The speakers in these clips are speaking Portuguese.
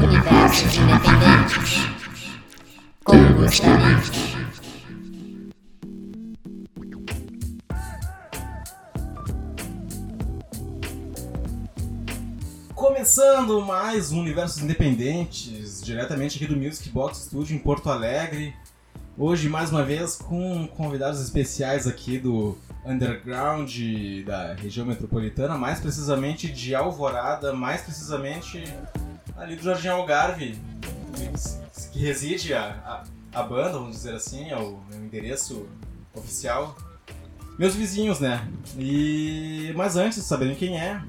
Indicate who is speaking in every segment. Speaker 1: somos independentes. Como gostaríamos.
Speaker 2: Começando mais um Universos Independentes, diretamente aqui do Music Box Studio em Porto Alegre. Hoje, mais uma vez, com convidados especiais aqui do underground da região metropolitana, mais precisamente de Alvorada, mais precisamente ali do Jardim Algarve, que- que reside a, a, a banda, vamos dizer assim, é o, é o endereço oficial. Meus vizinhos, né? E mas antes, saberem quem é,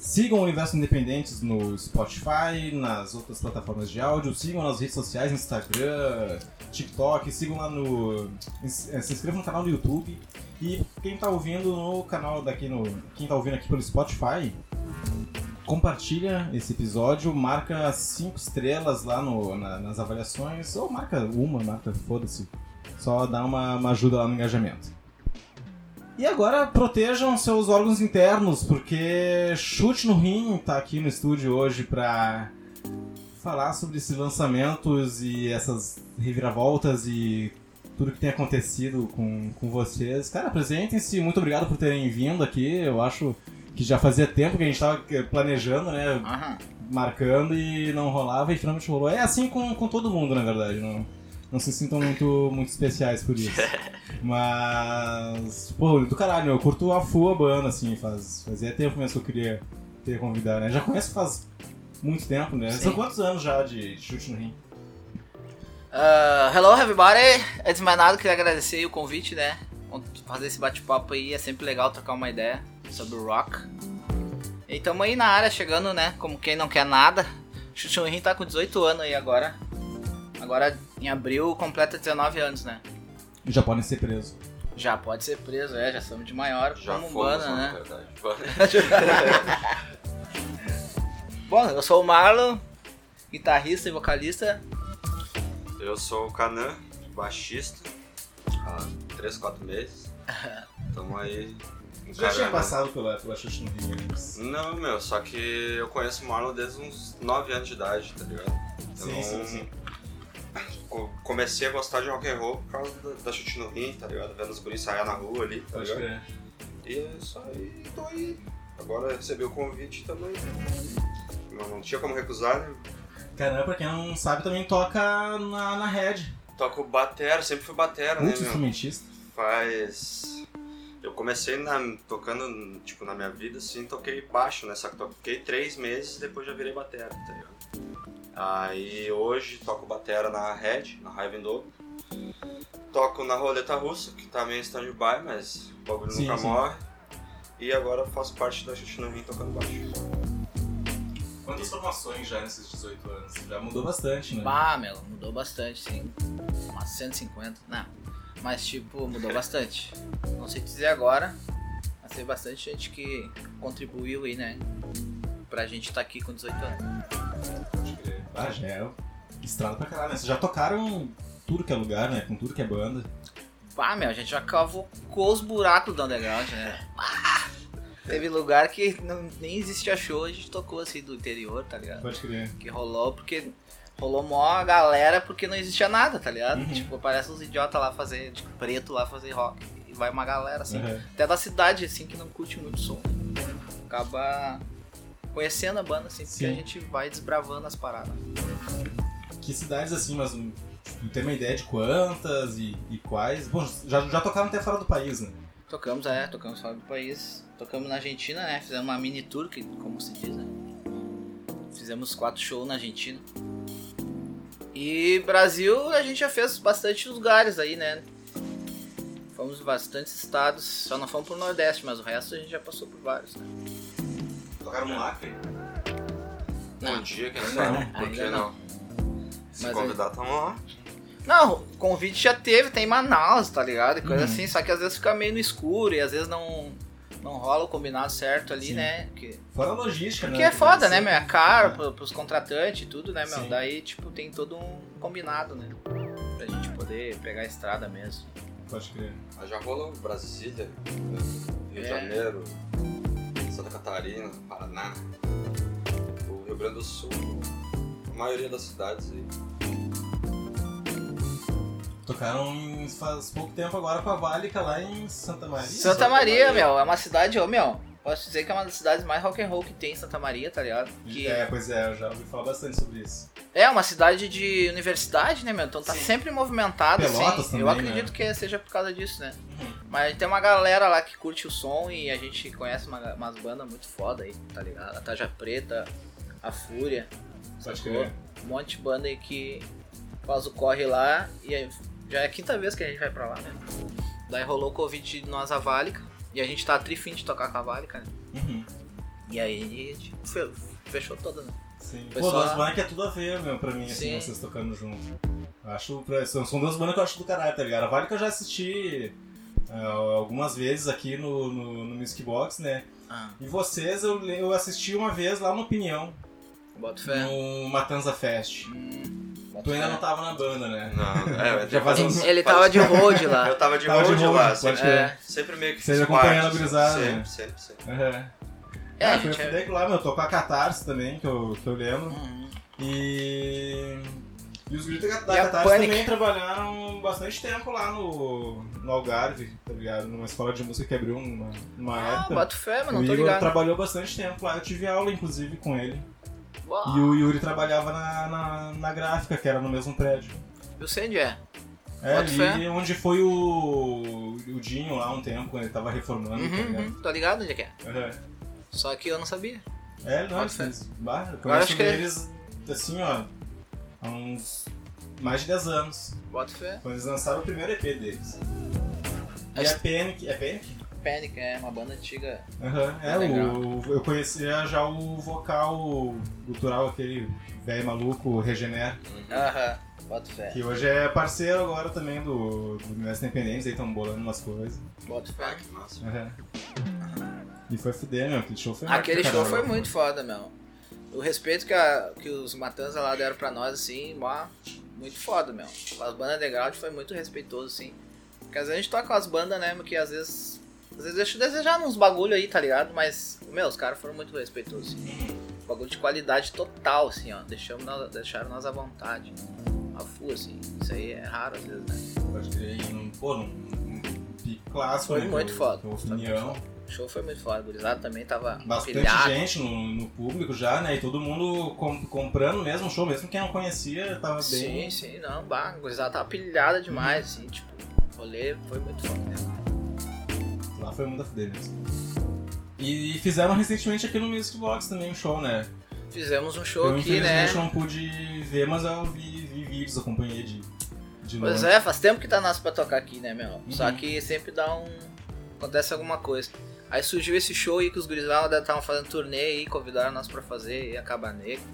Speaker 2: Sigam o Universo Independentes no Spotify, nas outras plataformas de áudio, sigam nas redes sociais, Instagram, TikTok, sigam lá no. ins- eh, Se inscrevam no canal do YouTube. E quem tá ouvindo no canal daqui no. Quem tá ouvindo aqui pelo Spotify, compartilha esse episódio, marca cinco estrelas lá no, na- nas avaliações, ou marca uma, marca, foda-se. Só dá uma, uma ajuda lá no engajamento. E agora protejam seus órgãos internos, porque Chute no Rim tá aqui no estúdio hoje pra falar sobre esses lançamentos e essas reviravoltas e tudo que tem acontecido com, com vocês. Cara, apresentem-se, muito obrigado por terem vindo aqui. Eu acho que já fazia tempo que a gente tava eh, planejando, né? Marcando e não rolava e finalmente rolou. É assim com, com todo mundo, na verdade. Não, não se sintam muito, muito especiais por isso. Mas, pô, do caralho, eu curto a full a banda, assim, faz, fazia tempo mesmo que eu queria ter convidado, né? Já conheço faz muito tempo, né?
Speaker 3: Sim.
Speaker 2: São quantos anos já de chute no rim?
Speaker 3: Uh, hello everybody! Antes de mais nada, queria agradecer o convite, né? Fazer esse bate-papo aí é sempre legal trocar uma ideia sobre o rock. E tamo aí na área, chegando, né? Como quem não quer nada. Chuchu Henry tá com 18 anos aí agora. Agora em abril completa 19 anos, né?
Speaker 2: Já podem ser presos.
Speaker 3: Já pode ser preso, é, já somos de maior
Speaker 4: Já
Speaker 3: como
Speaker 4: fomos,
Speaker 3: humana,
Speaker 4: na
Speaker 3: né?
Speaker 4: verdade. Bora.
Speaker 3: Bom, eu sou o Marlon, guitarrista e vocalista.
Speaker 4: Eu sou o Canan, baixista, há 3, 4 meses. Tamo aí.
Speaker 2: Já tinha
Speaker 4: encarando.
Speaker 2: passado pela, pela chute no rim antes.
Speaker 4: Não, meu, só que eu conheço o Marlon desde uns 9 anos de idade, tá ligado? Então,
Speaker 2: Sim, sim, sim.
Speaker 4: co- Comecei a gostar de rock and roll por causa da, da chute no rim, tá ligado? Vendo os guris ensaiar na rua ali, tá
Speaker 2: Pode
Speaker 4: ligado?
Speaker 2: crer.
Speaker 4: E é isso aí, tô aí. Agora recebi o convite também. Não, não tinha como recusar, né?
Speaker 2: Caramba, pra quem não sabe, também toca na, na Red.
Speaker 4: Toco batera, sempre fui batera, né,
Speaker 2: Muito
Speaker 4: meu?
Speaker 2: instrumentista.
Speaker 4: faz. Eu comecei na- tocando, tipo, na minha vida, assim, toquei baixo, né? Só que toquei três meses e depois já virei batera, tá ligado? Aí hoje toco batera na Red, na Raven Dope. Toco na roleta russa, que tá meio stand-by, mas o bagulho
Speaker 2: Sim,
Speaker 4: nunca
Speaker 2: sim.
Speaker 4: morre. E agora eu faço parte da Xuxinamim tocando baixo.
Speaker 2: Quantas formações já nesses 18 anos? Já mudou bastante, né?
Speaker 3: Bah, meu, mudou bastante, sim. Umas 150, não. Mas, tipo, mudou bastante. Não sei te dizer agora, mas tem bastante gente que contribuiu aí, né? Pra gente estar aqui com 18 anos.
Speaker 2: Pode crer. Ah, já é estrada pra caralho, né? Vocês já tocaram tudo que é lugar, né? Com tudo que é banda.
Speaker 3: Bah, meu, a gente já cavocou os buracos do underground, né? Ah! Teve lugar que não, nem existia show, a gente tocou assim do interior, tá ligado?
Speaker 2: Pode crer.
Speaker 3: que rolou porque rolou mó galera porque não existia nada, tá ligado?
Speaker 2: Uhum.
Speaker 3: Tipo, aparece uns idiotas lá fazer, tipo, preto lá fazer rock. E vai uma galera, assim,
Speaker 2: Aham.
Speaker 3: até da cidade, assim, que não curte muito som. Acaba conhecendo a banda, assim, porque
Speaker 2: Sim.
Speaker 3: a gente vai desbravando as paradas.
Speaker 2: Que cidades assim, mas não não tem uma ideia de quantas e, e quais. Bom, já, já tocaram até fora do país, né?
Speaker 3: Tocamos, é, tocamos fora do país. Tocamos na Argentina, né? Fizemos uma mini tour, que, como se diz, né? Fizemos quatro shows na Argentina. E Brasil, a gente já fez bastante lugares aí, né? Fomos em bastantes estados, só não fomos pro Nordeste, mas o resto a gente já passou por vários, né?
Speaker 2: Tocaram no Acre?
Speaker 4: Um dia, quem
Speaker 2: sabe?
Speaker 4: sabe?
Speaker 3: Por
Speaker 4: Por
Speaker 3: ainda que
Speaker 4: que
Speaker 3: não?
Speaker 4: não? Se
Speaker 3: Mas
Speaker 4: convidar, tamo lá.
Speaker 3: Não, convite já teve, tem em Manaus, tá ligado? E coisa
Speaker 2: Uhum.
Speaker 3: assim, só que às vezes fica meio no escuro e às vezes não, não rola o combinado certo ali,
Speaker 2: Sim.
Speaker 3: né? Que-
Speaker 2: Fora a logística,
Speaker 3: Porque
Speaker 2: né?
Speaker 3: é
Speaker 2: deve
Speaker 3: foda, né,
Speaker 2: ser.
Speaker 3: meu? É caro pro- pros contratantes e tudo, né, meu?
Speaker 2: Sim.
Speaker 3: Daí, tipo, tem todo um combinado, né? Pra gente poder pegar a estrada mesmo.
Speaker 2: Pode crer.
Speaker 4: Mas já rolou Brasília, Rio de
Speaker 3: É.
Speaker 4: Janeiro, Santa Catarina, Paraná, o Rio Grande do Sul, maioria das cidades aí.
Speaker 2: Tocaram em- faz pouco tempo agora com a Válica lá em Santa Maria.
Speaker 3: Santa Maria, meu, é uma cidade, ô meu. Posso dizer que é uma das cidades mais rock and roll que tem em Santa Maria, tá ligado? Que
Speaker 2: É, pois é, eu já ouvi falar bastante sobre isso.
Speaker 3: é uma cidade de universidade, né, meu? Então tá sempre movimentada,
Speaker 2: Pelotas
Speaker 3: assim. Eu
Speaker 2: também,
Speaker 3: acredito
Speaker 2: né?
Speaker 3: que seja por causa disso, né? Mas tem uma galera lá que curte o som e a gente conhece uma- umas bandas muito foda aí, tá ligado? A Taja Preta, a Fúria,
Speaker 2: Pode
Speaker 3: sacou?
Speaker 2: crer.
Speaker 3: um monte de banda aí que faz o corre lá e aí já é a quinta vez que a gente vai pra lá, né? Daí rolou o convite de nós a Válica e a gente tá trifim de tocar com a Válica, né?
Speaker 2: Uhum.
Speaker 3: E aí a gente fe- fechou toda, né?
Speaker 2: Sim.
Speaker 3: Foi
Speaker 2: Pô,
Speaker 3: só-
Speaker 2: Duas Bandas que é tudo a ver, meu, pra mim, assim,
Speaker 3: Sim.
Speaker 2: vocês tocando junto. Eu acho, pra- são, são duas bandas que eu acho do caralho, tá ligado? A Vale que eu já assisti ah, algumas vezes aqui no, no, no Music Box, né?
Speaker 3: Ah,
Speaker 2: E vocês eu, le- eu assisti uma vez lá no Opinião,
Speaker 3: bota fé.
Speaker 2: no Matanza Fest.
Speaker 3: Hum, bota
Speaker 2: Tu ainda
Speaker 3: fé.
Speaker 2: não tava na banda, né?
Speaker 4: Não, é, eu
Speaker 2: Já faz uns-
Speaker 3: Ele tava de road lá.
Speaker 4: Eu tava de
Speaker 2: Tava de
Speaker 4: road
Speaker 2: road,
Speaker 4: lá,
Speaker 2: pode
Speaker 4: sempre,
Speaker 2: crer.
Speaker 3: É.
Speaker 4: sempre meio que
Speaker 2: Vocês
Speaker 4: fiz
Speaker 2: acompanhando
Speaker 4: parte,
Speaker 2: a gurizada,
Speaker 4: Sempre,
Speaker 2: né?
Speaker 4: sempre, sempre.
Speaker 2: Aham.
Speaker 3: É,
Speaker 2: ah,
Speaker 3: a
Speaker 2: foi
Speaker 3: gente é...
Speaker 2: fudei que lá, meu, tocou a Catarse também, que eu, que eu lembro.
Speaker 3: Uhum.
Speaker 2: E. E os gritos da
Speaker 3: E a
Speaker 2: Catarse
Speaker 3: Panic.
Speaker 2: também trabalharam bastante tempo lá no, no Algarve, tá ligado? Numa escola de música que abriu numa, numa
Speaker 3: Ah,
Speaker 2: época.
Speaker 3: bota fé, mano,
Speaker 2: o
Speaker 3: não tô
Speaker 2: Igor
Speaker 3: ligado.
Speaker 2: trabalhou bastante tempo lá, eu tive aula inclusive com ele.
Speaker 3: Uau,
Speaker 2: E o Yuri trabalhava na, na, na gráfica, que era no mesmo prédio.
Speaker 3: Eu sei onde é.
Speaker 2: É
Speaker 3: Boto
Speaker 2: ali
Speaker 3: fé.
Speaker 2: onde foi o, o Dinho lá um tempo, quando ele tava reformando, tá
Speaker 3: Uhum,
Speaker 2: ligado?
Speaker 3: uhum, tô ligado onde é que é.
Speaker 2: Aham.
Speaker 3: Só que eu não sabia.
Speaker 2: É, não,
Speaker 3: Pode ser.
Speaker 2: eles, bah, eu é
Speaker 3: Agora acho
Speaker 2: conheço
Speaker 3: que-
Speaker 2: eles, assim, ó, há uns mais de 10 anos,
Speaker 3: Bota fé.
Speaker 2: quando eles lançaram o primeiro EP deles. E
Speaker 3: Acho-
Speaker 2: a Panic, é Panic?
Speaker 3: Panic é uma banda antiga.
Speaker 2: Aham, é,
Speaker 3: Legal.
Speaker 2: o, eu conhecia já o vocal cultural, aquele velho maluco, Regener,
Speaker 3: Aham, bota fé.
Speaker 2: que hoje é parceiro agora também do, do Universo Independente, aí estão bolando umas coisas.
Speaker 3: Bota
Speaker 4: Ah,
Speaker 3: fé.
Speaker 4: que massa.
Speaker 2: Aham. E foi fuder, meu, aquele show foi muito
Speaker 3: Aquele
Speaker 2: do
Speaker 3: show
Speaker 2: caralho.
Speaker 3: foi muito foda, meu. O respeito que, a- que os Matanza lá deram pra nós, assim, mó, muito foda, meu. As bandas underground foi muito respeitoso, assim. Porque às vezes a gente toca umas bandas, né, que às vezes. Às vezes deixa eu desejar uns bagulho aí, tá ligado? Mas, meu, os caras foram muito respeitosos, assim. Bagulho de qualidade total, assim, ó. Deixamos nós- deixaram nós à vontade. A full, assim. Isso aí é raro às vezes, né?
Speaker 2: Pode crer, e um, pô, um, um pico clássico,
Speaker 3: Foi
Speaker 2: né,
Speaker 3: muito
Speaker 2: que eu-
Speaker 3: foda.
Speaker 2: que eu
Speaker 3: Foi muito
Speaker 2: opinião.
Speaker 3: foda. O show foi muito foda. O gurizado também tava
Speaker 2: bastante
Speaker 3: pilhado.
Speaker 2: gente no, no público já, né? E todo mundo com- comprando mesmo o show, mesmo quem não conhecia, tava
Speaker 3: Sim,
Speaker 2: bem. Uhum.
Speaker 3: sim, não, bah, a gurizada tava pilhada demais, assim, tipo, o rolê foi muito foda, né?
Speaker 2: Lá foi muita fuder mesmo. E fizeram recentemente aqui no Music Box também um show, né?
Speaker 3: Fizemos um show
Speaker 2: Eu
Speaker 3: aqui, né?
Speaker 2: infelizmente não pude ver, mas eu vi, vi vídeos, acompanhei de, de
Speaker 3: Pois
Speaker 2: longe.
Speaker 3: é, faz tempo que tá nasce pra tocar aqui, né, meu? Só
Speaker 2: Uhum.
Speaker 3: que sempre dá um. acontece alguma coisa. Aí surgiu esse show aí que os gurizada estavam fazendo turnê aí, convidaram nós pra fazer e acaba negro.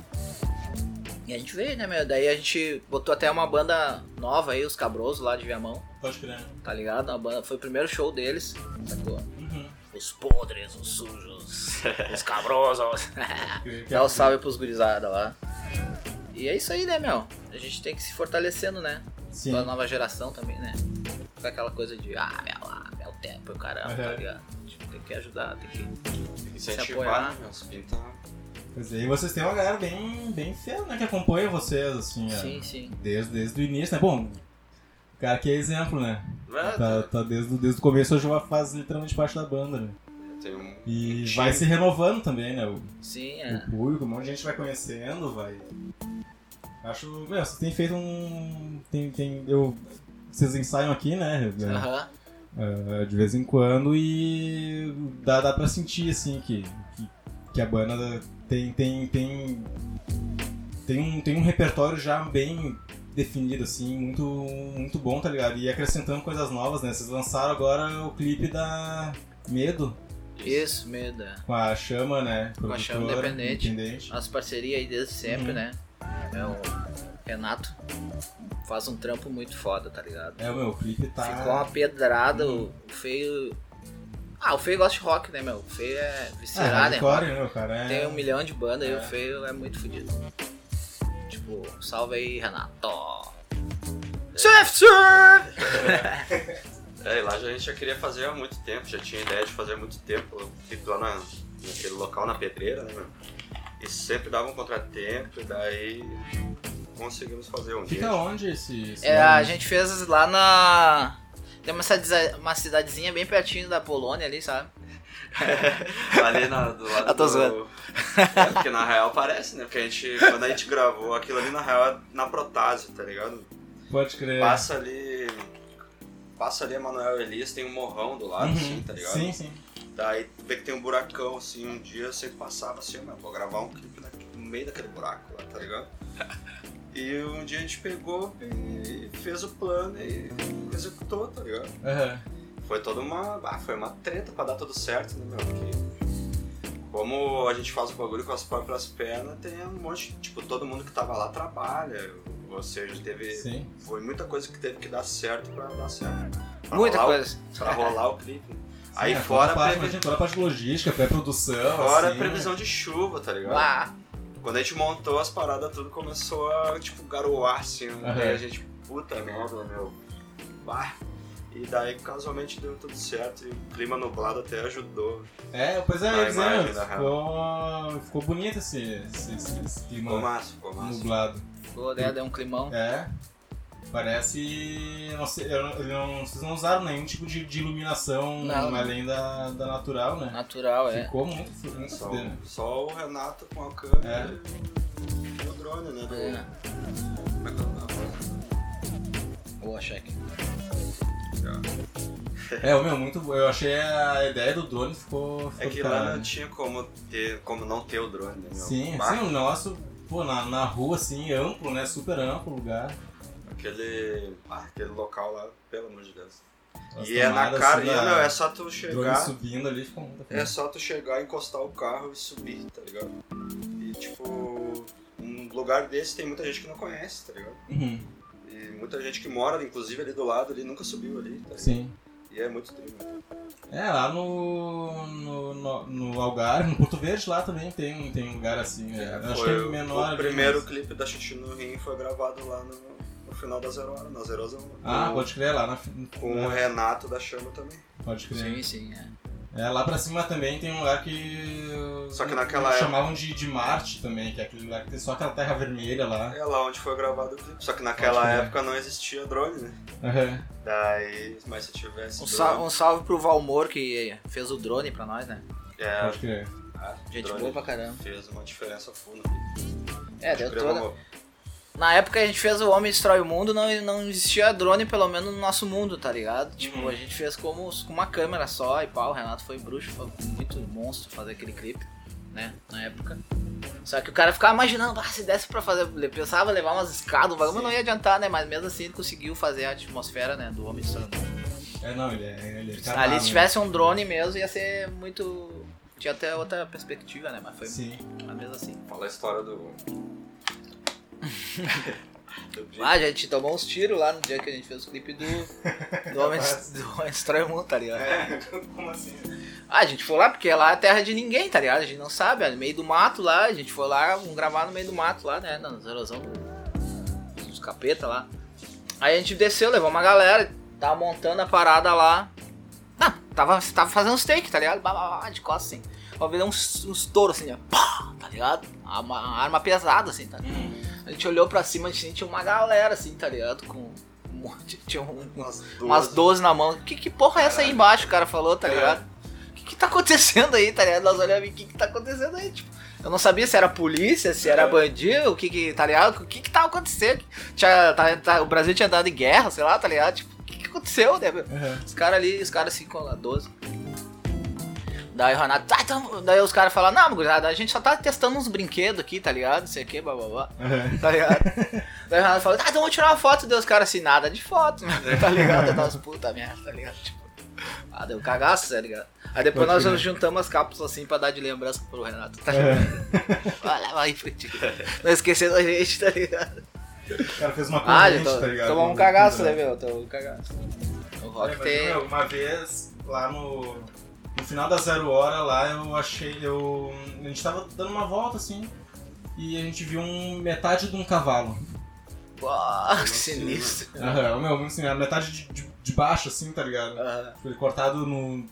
Speaker 3: E a gente veio, né, meu? Daí a gente botou até uma banda nova aí, os Cabrosos lá de Viamão,
Speaker 2: Pode crer. né?
Speaker 3: tá ligado? Uma banda, foi o primeiro show deles, sacou?
Speaker 2: Uhum.
Speaker 3: Os podres, os sujos, os cabrosos.
Speaker 2: Que- que-
Speaker 3: Dá o salve pros gurizada lá. E é isso aí, né, meu? A gente tem que se fortalecendo, né?
Speaker 2: Sim.
Speaker 3: Pra nova geração também, né? Com aquela coisa de, ah, meu, ah, meu tempo, e o caramba,
Speaker 2: Uhum.
Speaker 3: tá ligado? Tipo, tem que ajudar, tem que...
Speaker 4: Incentivar,
Speaker 3: apoiar.
Speaker 4: né, as pintas.
Speaker 2: Pois é, e vocês têm uma galera bem, bem fiel, né? Que acompanha vocês, assim, ó.
Speaker 3: Sim, sim.
Speaker 2: Desde, desde o início, né? Bom, o cara que é exemplo, né?
Speaker 3: Ah,
Speaker 4: É,
Speaker 2: Tá, tá desde, desde o começo, hoje faz literalmente parte da banda, né?
Speaker 4: Tem um, um
Speaker 2: E
Speaker 4: time.
Speaker 2: vai se renovando também, né? O,
Speaker 3: Sim,
Speaker 2: o
Speaker 3: é.
Speaker 2: público, um monte de gente vai conhecendo, vai. Acho. Meu, vocês têm feito um. Tem, tem, eu, vocês ensaiam aqui, né?
Speaker 3: Aham.
Speaker 2: eh, De vez em quando e dá, dá pra sentir, assim, que, que, que a banda tem. tem, tem tem um, tem um repertório já bem definido, assim, muito, muito bom, tá ligado? E acrescentando coisas novas, né? Vocês lançaram agora o clipe da Medo,
Speaker 3: Isso, medo, é.
Speaker 2: com a chama, né?
Speaker 3: Com a Chama
Speaker 2: Produtora,
Speaker 3: Independente.
Speaker 2: independente.
Speaker 3: Nossa parceria aí desde sempre,
Speaker 2: Uhum.
Speaker 3: né? É o Renato faz um trampo muito foda, tá ligado?
Speaker 2: É, meu, o clipe tá. Uhum.
Speaker 3: Ficou uma pedrada, o- o feio. Ah, o feio gosta de rock, né, meu? O feio é
Speaker 2: ah,
Speaker 3: viscerado, né?
Speaker 2: hardcore, né, meu, cara? É...
Speaker 3: Tem um milhão de bandas e
Speaker 4: É.
Speaker 3: o feio é muito fodido. Tipo, salve aí, Renato. Swift!
Speaker 4: É, e lá já a gente já queria fazer há muito tipo, tempo, já tinha ideia de fazer há muito tempo. Eu fico lá na, naquele local, na pedreira, né, meu? E sempre dava um contratempo, e daí conseguimos fazer um
Speaker 2: Fica
Speaker 4: dia.
Speaker 2: onde esse. esse
Speaker 3: É,
Speaker 2: lugar?
Speaker 3: a gente fez lá na. Tem uma, cida- uma cidadezinha bem pertinho da Polônia ali, sabe?
Speaker 4: Ali na, do lado
Speaker 3: Eu tô
Speaker 4: do-
Speaker 3: zoando.
Speaker 4: É, porque na real parece, né? Porque a gente, quando a gente gravou aquilo ali, na real é na Protásio, tá ligado?
Speaker 2: Pode crer.
Speaker 4: Passa ali. Passa ali a Manuel Elias, tem um morrão do lado,
Speaker 2: Uhum.
Speaker 4: assim, tá ligado?
Speaker 2: Sim, sim.
Speaker 4: Daí tu vê que tem um buracão, assim, um dia você passava assim, meu, vou gravar um clipe daqui- no meio daquele buraco lá, tá ligado? E um dia a gente pegou e fez o plano e executou, tá ligado?
Speaker 2: Aham.
Speaker 4: Foi toda uma. Ah, foi uma treta pra dar tudo certo, né, meu? Porque como a gente faz o bagulho com as próprias pernas, tem um monte. Tipo, todo mundo que tava lá trabalha. Ou seja, teve.
Speaker 2: Sim.
Speaker 4: Foi muita coisa que teve que dar certo pra dar certo. Pra
Speaker 3: Muita
Speaker 4: rolar Ah, o-
Speaker 3: coisa.
Speaker 4: Pra rolar o clipe. Aí
Speaker 2: Sim, é,
Speaker 4: fora,
Speaker 2: toda a parte,
Speaker 4: previ-
Speaker 2: imagina, toda a parte de logística, pré-produção.
Speaker 4: fora
Speaker 2: assim,
Speaker 4: a previsão de chuva, tá ligado?
Speaker 3: Lá.
Speaker 4: Quando a gente montou as paradas, tudo começou a, tipo, garoar, assim. né?
Speaker 2: Aham.
Speaker 4: Daí a gente, puta merda, meu. Bah. E daí, casualmente, deu tudo certo. E o clima nublado até ajudou.
Speaker 2: É, pois é,
Speaker 4: Na
Speaker 2: eu ia dizer,
Speaker 4: imagem da
Speaker 2: ficou, ficou bonito esse, esse, esse, esse
Speaker 4: Ficou
Speaker 2: clima
Speaker 4: massa, ficou massa.
Speaker 2: nublado.
Speaker 3: Pô, né, deu um climão.
Speaker 2: É. Parece. eu Não sei, eu não- eu não- vocês não usaram nenhum tipo de, de iluminação
Speaker 3: Não.
Speaker 2: além da, da natural, né?
Speaker 3: Natural, é.
Speaker 2: Ficou muito, muito
Speaker 4: Só,
Speaker 2: foda, né?
Speaker 4: o- só o Renato com a câmera e o drone, né? Do,
Speaker 3: É.
Speaker 4: Como é que é o nome?
Speaker 3: Boa, cheque.
Speaker 2: É, o meu, muito. Eu achei a ideia do drone ficou. ficou
Speaker 4: É que
Speaker 2: do
Speaker 4: lá
Speaker 2: caralho.
Speaker 4: não tinha como, ter, como não ter o drone, né? meu?
Speaker 2: Sim,
Speaker 4: Bah,
Speaker 2: sim, o nosso, pô, na, na rua, assim, amplo, né? Super amplo o lugar.
Speaker 4: Aquele, ah, aquele local lá, pelo amor de Deus.
Speaker 2: As
Speaker 4: e é na
Speaker 2: tomadas,
Speaker 4: cara,
Speaker 2: assim,
Speaker 4: e,
Speaker 2: da-
Speaker 4: meu, é só tu
Speaker 2: drone
Speaker 4: chegar...
Speaker 2: subindo ali, ficou muito
Speaker 4: É só tu chegar, encostar o carro e subir, tá ligado? E tipo, um lugar desse tem muita gente que não conhece, tá ligado?
Speaker 2: Uhum,
Speaker 4: E muita gente que mora, inclusive ali do lado, ali nunca subiu ali, tá ligado?
Speaker 2: Sim.
Speaker 4: E é muito triste.
Speaker 2: É, lá no, no, no, no Algarve, no Porto Verde lá também tem, tem um lugar assim, né? Eu acho que é
Speaker 4: o-
Speaker 2: menor.
Speaker 4: o
Speaker 2: ali,
Speaker 4: primeiro
Speaker 2: mas-
Speaker 4: clipe da Xixi no Rim foi gravado lá no, no final da Zero Hora, na Zero Zero.
Speaker 2: Ah,
Speaker 4: com,
Speaker 2: pode crer, lá na...
Speaker 4: com o Renato da Chama também.
Speaker 2: Pode crer.
Speaker 3: Sim, sim, é.
Speaker 2: É, lá pra cima também tem um lugar que...
Speaker 4: Só que naquela
Speaker 3: é-
Speaker 4: época-
Speaker 2: Chamavam de, de Marte também, que é aquele lugar que tem só aquela terra vermelha lá.
Speaker 4: É lá onde foi gravado o clipe. Só que naquela
Speaker 2: Pode crer.
Speaker 4: época não existia drone, né?
Speaker 2: Aham.
Speaker 4: Daí, mas se tivesse.
Speaker 3: Um,
Speaker 4: drone-
Speaker 3: sal- um salve pro Valmor que fez o drone pra nós, né?
Speaker 4: é,
Speaker 2: Pode crer.
Speaker 4: a
Speaker 3: Gente
Speaker 4: drone
Speaker 3: boa pra caramba.
Speaker 4: Fez uma diferença funda. Tipo,
Speaker 3: É, deu
Speaker 4: Gravou
Speaker 3: toda. Na época a gente fez o Homem Destrói o Mundo, não, não existia drone, pelo menos no nosso mundo, tá ligado? Tipo,
Speaker 2: Uhum.
Speaker 3: a gente fez como, com uma câmera só e pau. O Renato foi bruxo, foi muito monstro fazer aquele clipe, né? Na época. Só que o cara ficava imaginando, ah, se desse pra fazer. Ele pensava levar umas escadas, o bagulho mas não ia adiantar, né? Mas mesmo assim ele conseguiu fazer a atmosfera, né? Do Homem Destrói o Mundo.
Speaker 2: É, não, ele é... Ele é
Speaker 3: Ali,
Speaker 2: carnal,
Speaker 3: se tivesse um drone mesmo, ia ser muito. Tinha até outra perspectiva, né? Mas
Speaker 2: Né?
Speaker 3: foi.
Speaker 2: Sim.
Speaker 3: Mas mesmo assim.
Speaker 4: Fala a história do. do Big.
Speaker 3: Ah, a gente tomou uns tiros lá no dia que a gente fez o clipe do, do Homem do Homem Destrói o Mundo, tá ligado?
Speaker 2: Como assim?
Speaker 3: Ah, a gente foi lá porque lá é terra de ninguém, tá ligado? A gente não sabe, é no meio do mato lá, a gente foi lá, vamos gravar no meio do mato lá, né? Na erosão dos capeta lá. Aí a gente desceu, levou uma galera, tava montando a parada lá. Ah, tava, tava fazendo uns take, tá ligado? Blá, blá, blá, de costas assim. Ó, veio uns, uns touros assim, ó. Pá, tá ligado? Uma, uma arma pesada assim, tá ligado? A gente olhou pra cima, a gente tinha uma galera assim, tá ligado? Com um monte, tinha um,
Speaker 4: Umas duas.
Speaker 3: umas 12 na mão. Que, que porra é essa aí embaixo, o cara falou, tá ligado? O que, que tá acontecendo aí, tá ligado? Nós olhamos e o que, que tá acontecendo aí, tipo. Eu não sabia se era polícia, se era bandido, o que que, tá ligado? O que que tava acontecendo? Tinha, tá- tá- o Brasil tinha dado em guerra, sei lá, tá ligado? Tipo, o que que aconteceu, né, meu? Os caras ali, os caras assim, com a 12. Daí o Renato, tá, então, daí os caras falam, não, gurizada, a gente só tá testando uns brinquedos aqui, tá ligado? Não sei o que, blá blá blá
Speaker 2: Aham.
Speaker 3: tá ligado? Daí o Renato falou, tá, então vou tirar uma foto, deu os caras assim, nada de foto, meu, tá ligado? Eu tava assim, puta merda, tá ligado? Tipo, ah, deu cagaço, tá ligado? Aí depois
Speaker 2: Pode
Speaker 3: nós
Speaker 2: crer.
Speaker 3: juntamos as cápsulas assim pra dar de lembrança pro Renato, tá ligado?
Speaker 2: Aham.
Speaker 3: Olha lá, aí, fudido. Não esquecendo a gente, tá ligado?
Speaker 2: O cara fez uma coisa,
Speaker 3: Ah, gente,
Speaker 2: tá ligado?
Speaker 3: tomamos um
Speaker 2: Com-
Speaker 3: cagaço,
Speaker 2: com-
Speaker 3: né, meu? Tomamos um cagaço. O
Speaker 2: Olha,
Speaker 3: Rock
Speaker 2: mas, é
Speaker 3: tem...
Speaker 2: meu, uma vez lá no. No final da zero hora lá eu achei. Eu, a gente tava dando uma volta assim. E a gente viu um, metade de um cavalo.
Speaker 3: Pô, sinistro.
Speaker 2: Aham, meu, muito assim, a metade de, de, de baixo, assim, tá ligado?
Speaker 3: Aham,
Speaker 2: Foi cortado no.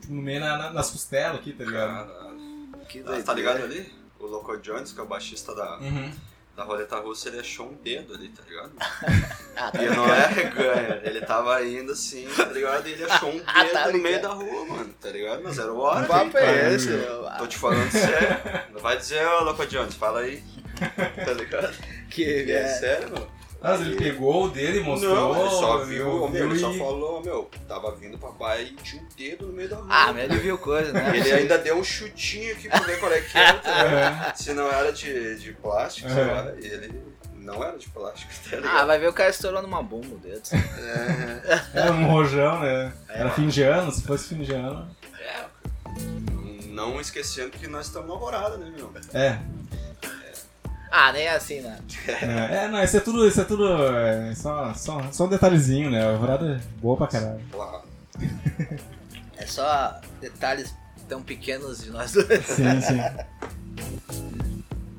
Speaker 2: tipo, No meio na- na- nas costelas aqui, tá ligado?
Speaker 4: Caralho.
Speaker 3: que
Speaker 4: Ah,
Speaker 3: doideira.
Speaker 4: tá ligado ali? o Loco Jones, que é o baixista da,
Speaker 2: Uhum.
Speaker 4: da roleta russa, ele achou um dedo ali, tá ligado?
Speaker 3: Ah, tá
Speaker 4: E não é reganha, ele tava indo assim, tá ligado? E ele achou um
Speaker 3: Ah, tá
Speaker 4: dedo no meio da
Speaker 3: ligado.
Speaker 4: rua, mano, tá ligado? Mas era o
Speaker 3: Que
Speaker 4: hora.
Speaker 3: papo
Speaker 4: cara.
Speaker 3: é esse?
Speaker 4: Tô te falando sério. Não vai dizer, ô Loco Jones, fala aí. Tá ligado?
Speaker 3: Que
Speaker 4: Ele é sério, mano.
Speaker 2: Mas ele pegou o dele e mostrou.
Speaker 4: Não, ele só
Speaker 2: eu
Speaker 4: viu, ô, meu, ele
Speaker 2: vi
Speaker 4: só
Speaker 2: e-
Speaker 4: falou, ô, meu, tava vindo papai e tinha um dedo no meio da rua.
Speaker 3: Ah, mas ele viu coisa, né?
Speaker 4: Ele ainda deu um chutinho aqui pra ver qual é que era. tá ligado? Se não era de, de plástico, sei lá, e ele não era de plástico, tá
Speaker 3: Ah,
Speaker 4: ligado?
Speaker 3: vai ver o cara estourando uma bomba, o dedo.
Speaker 4: É,
Speaker 2: Era um rojão, né? Era fim de ano, se fosse fim de ano.
Speaker 4: não esquecendo que nós estamos namorada, né, meu?
Speaker 2: É.
Speaker 3: Ah, nem assim, né?
Speaker 2: É, é, não, isso é tudo. Isso é tudo. É, só, só, só um detalhezinho, né? A alvorada é boa pra caralho.
Speaker 4: Claro.
Speaker 3: É só detalhes tão pequenos de nós dois.
Speaker 2: Sim, sim.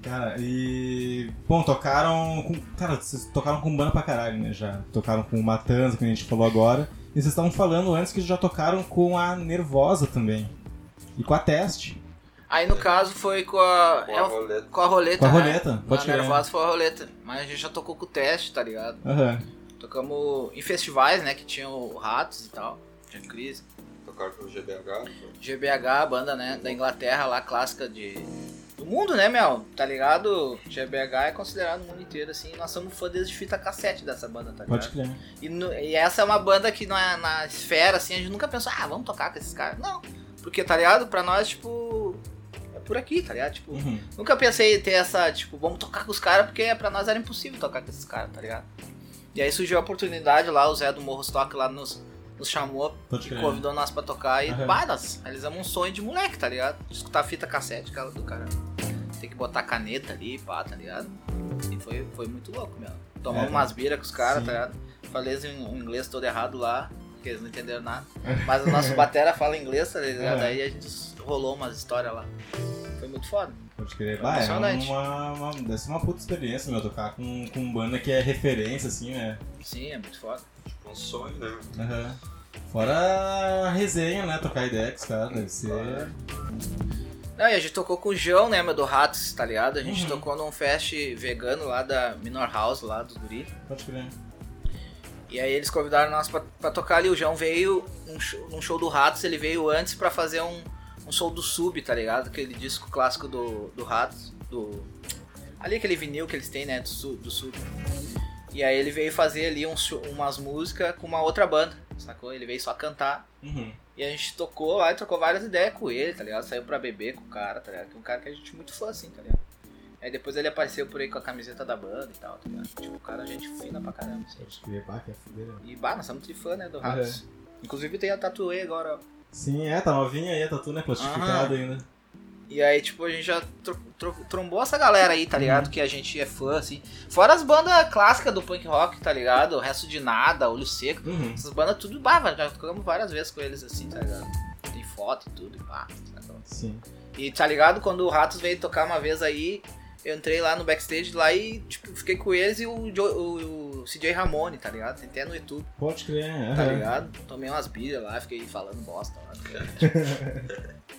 Speaker 2: Cara, e. Bom, tocaram. Com, cara, vocês tocaram com banda pra caralho, né? Já tocaram com o Matanza, que a gente falou agora. E vocês estavam falando antes que já tocaram com a Nervosa também. E com a Teste.
Speaker 3: Aí no caso foi com a.
Speaker 4: Com
Speaker 3: é
Speaker 4: a
Speaker 3: o-
Speaker 4: roleta.
Speaker 3: com a roleta.
Speaker 2: Com a
Speaker 3: né?
Speaker 2: roleta, pode
Speaker 3: a
Speaker 2: crer.
Speaker 3: nervosa foi a roleta. Mas a gente já tocou com o teste, tá ligado?
Speaker 2: Aham.
Speaker 3: Tocamos em festivais, né? Que tinham o ratos e tal. Tinha crise.
Speaker 4: Tocaram com o GBH.
Speaker 3: GBH, a banda, né? Da Inglaterra lá, clássica de. Do mundo, né, Mel? Tá ligado? GBH é considerado no mundo inteiro, assim. Nós somos fã desde fita cassete dessa banda, tá ligado?
Speaker 2: Pode crer.
Speaker 3: E, nu- e essa é uma banda que na, na esfera, assim, a gente nunca pensou, ah, vamos tocar com esses caras. Não. Porque, tá ligado? Pra nós, tipo. É por aqui, tá ligado? Tipo,
Speaker 2: Uhum.
Speaker 3: nunca pensei em ter essa, tipo, vamos tocar com os caras, porque pra nós era impossível tocar com esses caras, tá ligado? E aí surgiu a oportunidade lá, o Zé do Morro Stock lá nos, nos chamou,
Speaker 2: Pode crer.
Speaker 3: convidou nós pra tocar e,
Speaker 2: É. Aham.
Speaker 3: pá, nós realizamos um sonho de moleque, tá ligado? De escutar fita cassete, cara, do cara. Tem que botar caneta ali, pá, tá ligado? E foi, foi muito louco mesmo. Tomamos
Speaker 2: É.
Speaker 3: umas biras com os caras,
Speaker 2: Sim.
Speaker 3: tá ligado? Falei em- um inglês todo errado lá, porque eles não entenderam nada. Mas o nosso batera fala inglês, tá ligado?
Speaker 2: É.
Speaker 3: Aí a gente rolou umas histórias lá. Foi muito foda.
Speaker 2: Pode crer. Bah, é
Speaker 3: Emocionante.
Speaker 2: uma, uma, deve ser uma puta experiência, meu, tocar com, com banda que é referência, assim, né?
Speaker 3: Sim, é muito foda.
Speaker 4: Tipo um sonho, né?
Speaker 2: Aham. Fora a resenha, né? Tocar ideia com os caras, deve ser.
Speaker 3: Não, e a gente tocou com o João, né, meu, do Ratos, tá ligado? A gente
Speaker 2: Uhum.
Speaker 3: tocou num fest vegano lá da Minor House, lá do Guri.
Speaker 2: Pode crer.
Speaker 3: E aí eles convidaram nós pra, pra tocar ali. O João veio num show, num show do Ratos, ele veio antes pra fazer um, um show do Sub, tá ligado? Aquele disco clássico do, do Ratos, do... Ali aquele vinil que eles têm, né, do Sub. Do Sub. E aí ele veio fazer ali um show- umas músicas com uma outra banda, sacou? Ele veio só cantar.
Speaker 2: Uhum.
Speaker 3: E a gente tocou lá e trocou várias ideias com ele, tá ligado? Saiu pra beber com o cara, tá ligado? Que é um cara que a gente é muito fã, assim, tá ligado? Aí depois ele apareceu por aí com a camiseta da banda e tal, tá ligado? Tipo, o cara a gente fina pra caramba, assim.
Speaker 2: Pode crer. Bah, que é fuder, né?
Speaker 3: E bah, nós somos de fã, né, do Ratos. Inclusive tem a tatuei agora, ó.
Speaker 2: Sim, é, tá novinha aí, tá tudo, né? Plastificado
Speaker 3: Ah.
Speaker 2: ainda.
Speaker 3: E aí, tipo, a gente já tro- tro- trombou essa galera aí, tá ligado? Que a gente é fã, assim. Fora as bandas clássicas do punk rock, tá ligado? O resto de nada, olho seco.
Speaker 2: Uhum.
Speaker 3: Essas bandas tudo, bah, já tocamos várias vezes com eles, assim, tá ligado? Tem foto e tudo, e pá, tá
Speaker 2: Sim.
Speaker 3: E tá ligado? Quando o Ratos veio tocar uma vez aí, eu entrei lá no backstage lá e, tipo, fiquei com eles e o, Jo- o, o CJ Ramone, tá ligado? Tem até no YouTube,
Speaker 2: Pode crer.
Speaker 3: tá
Speaker 2: aham.
Speaker 3: ligado? Tomei umas bilhas lá, fiquei falando bosta lá. tá ligado?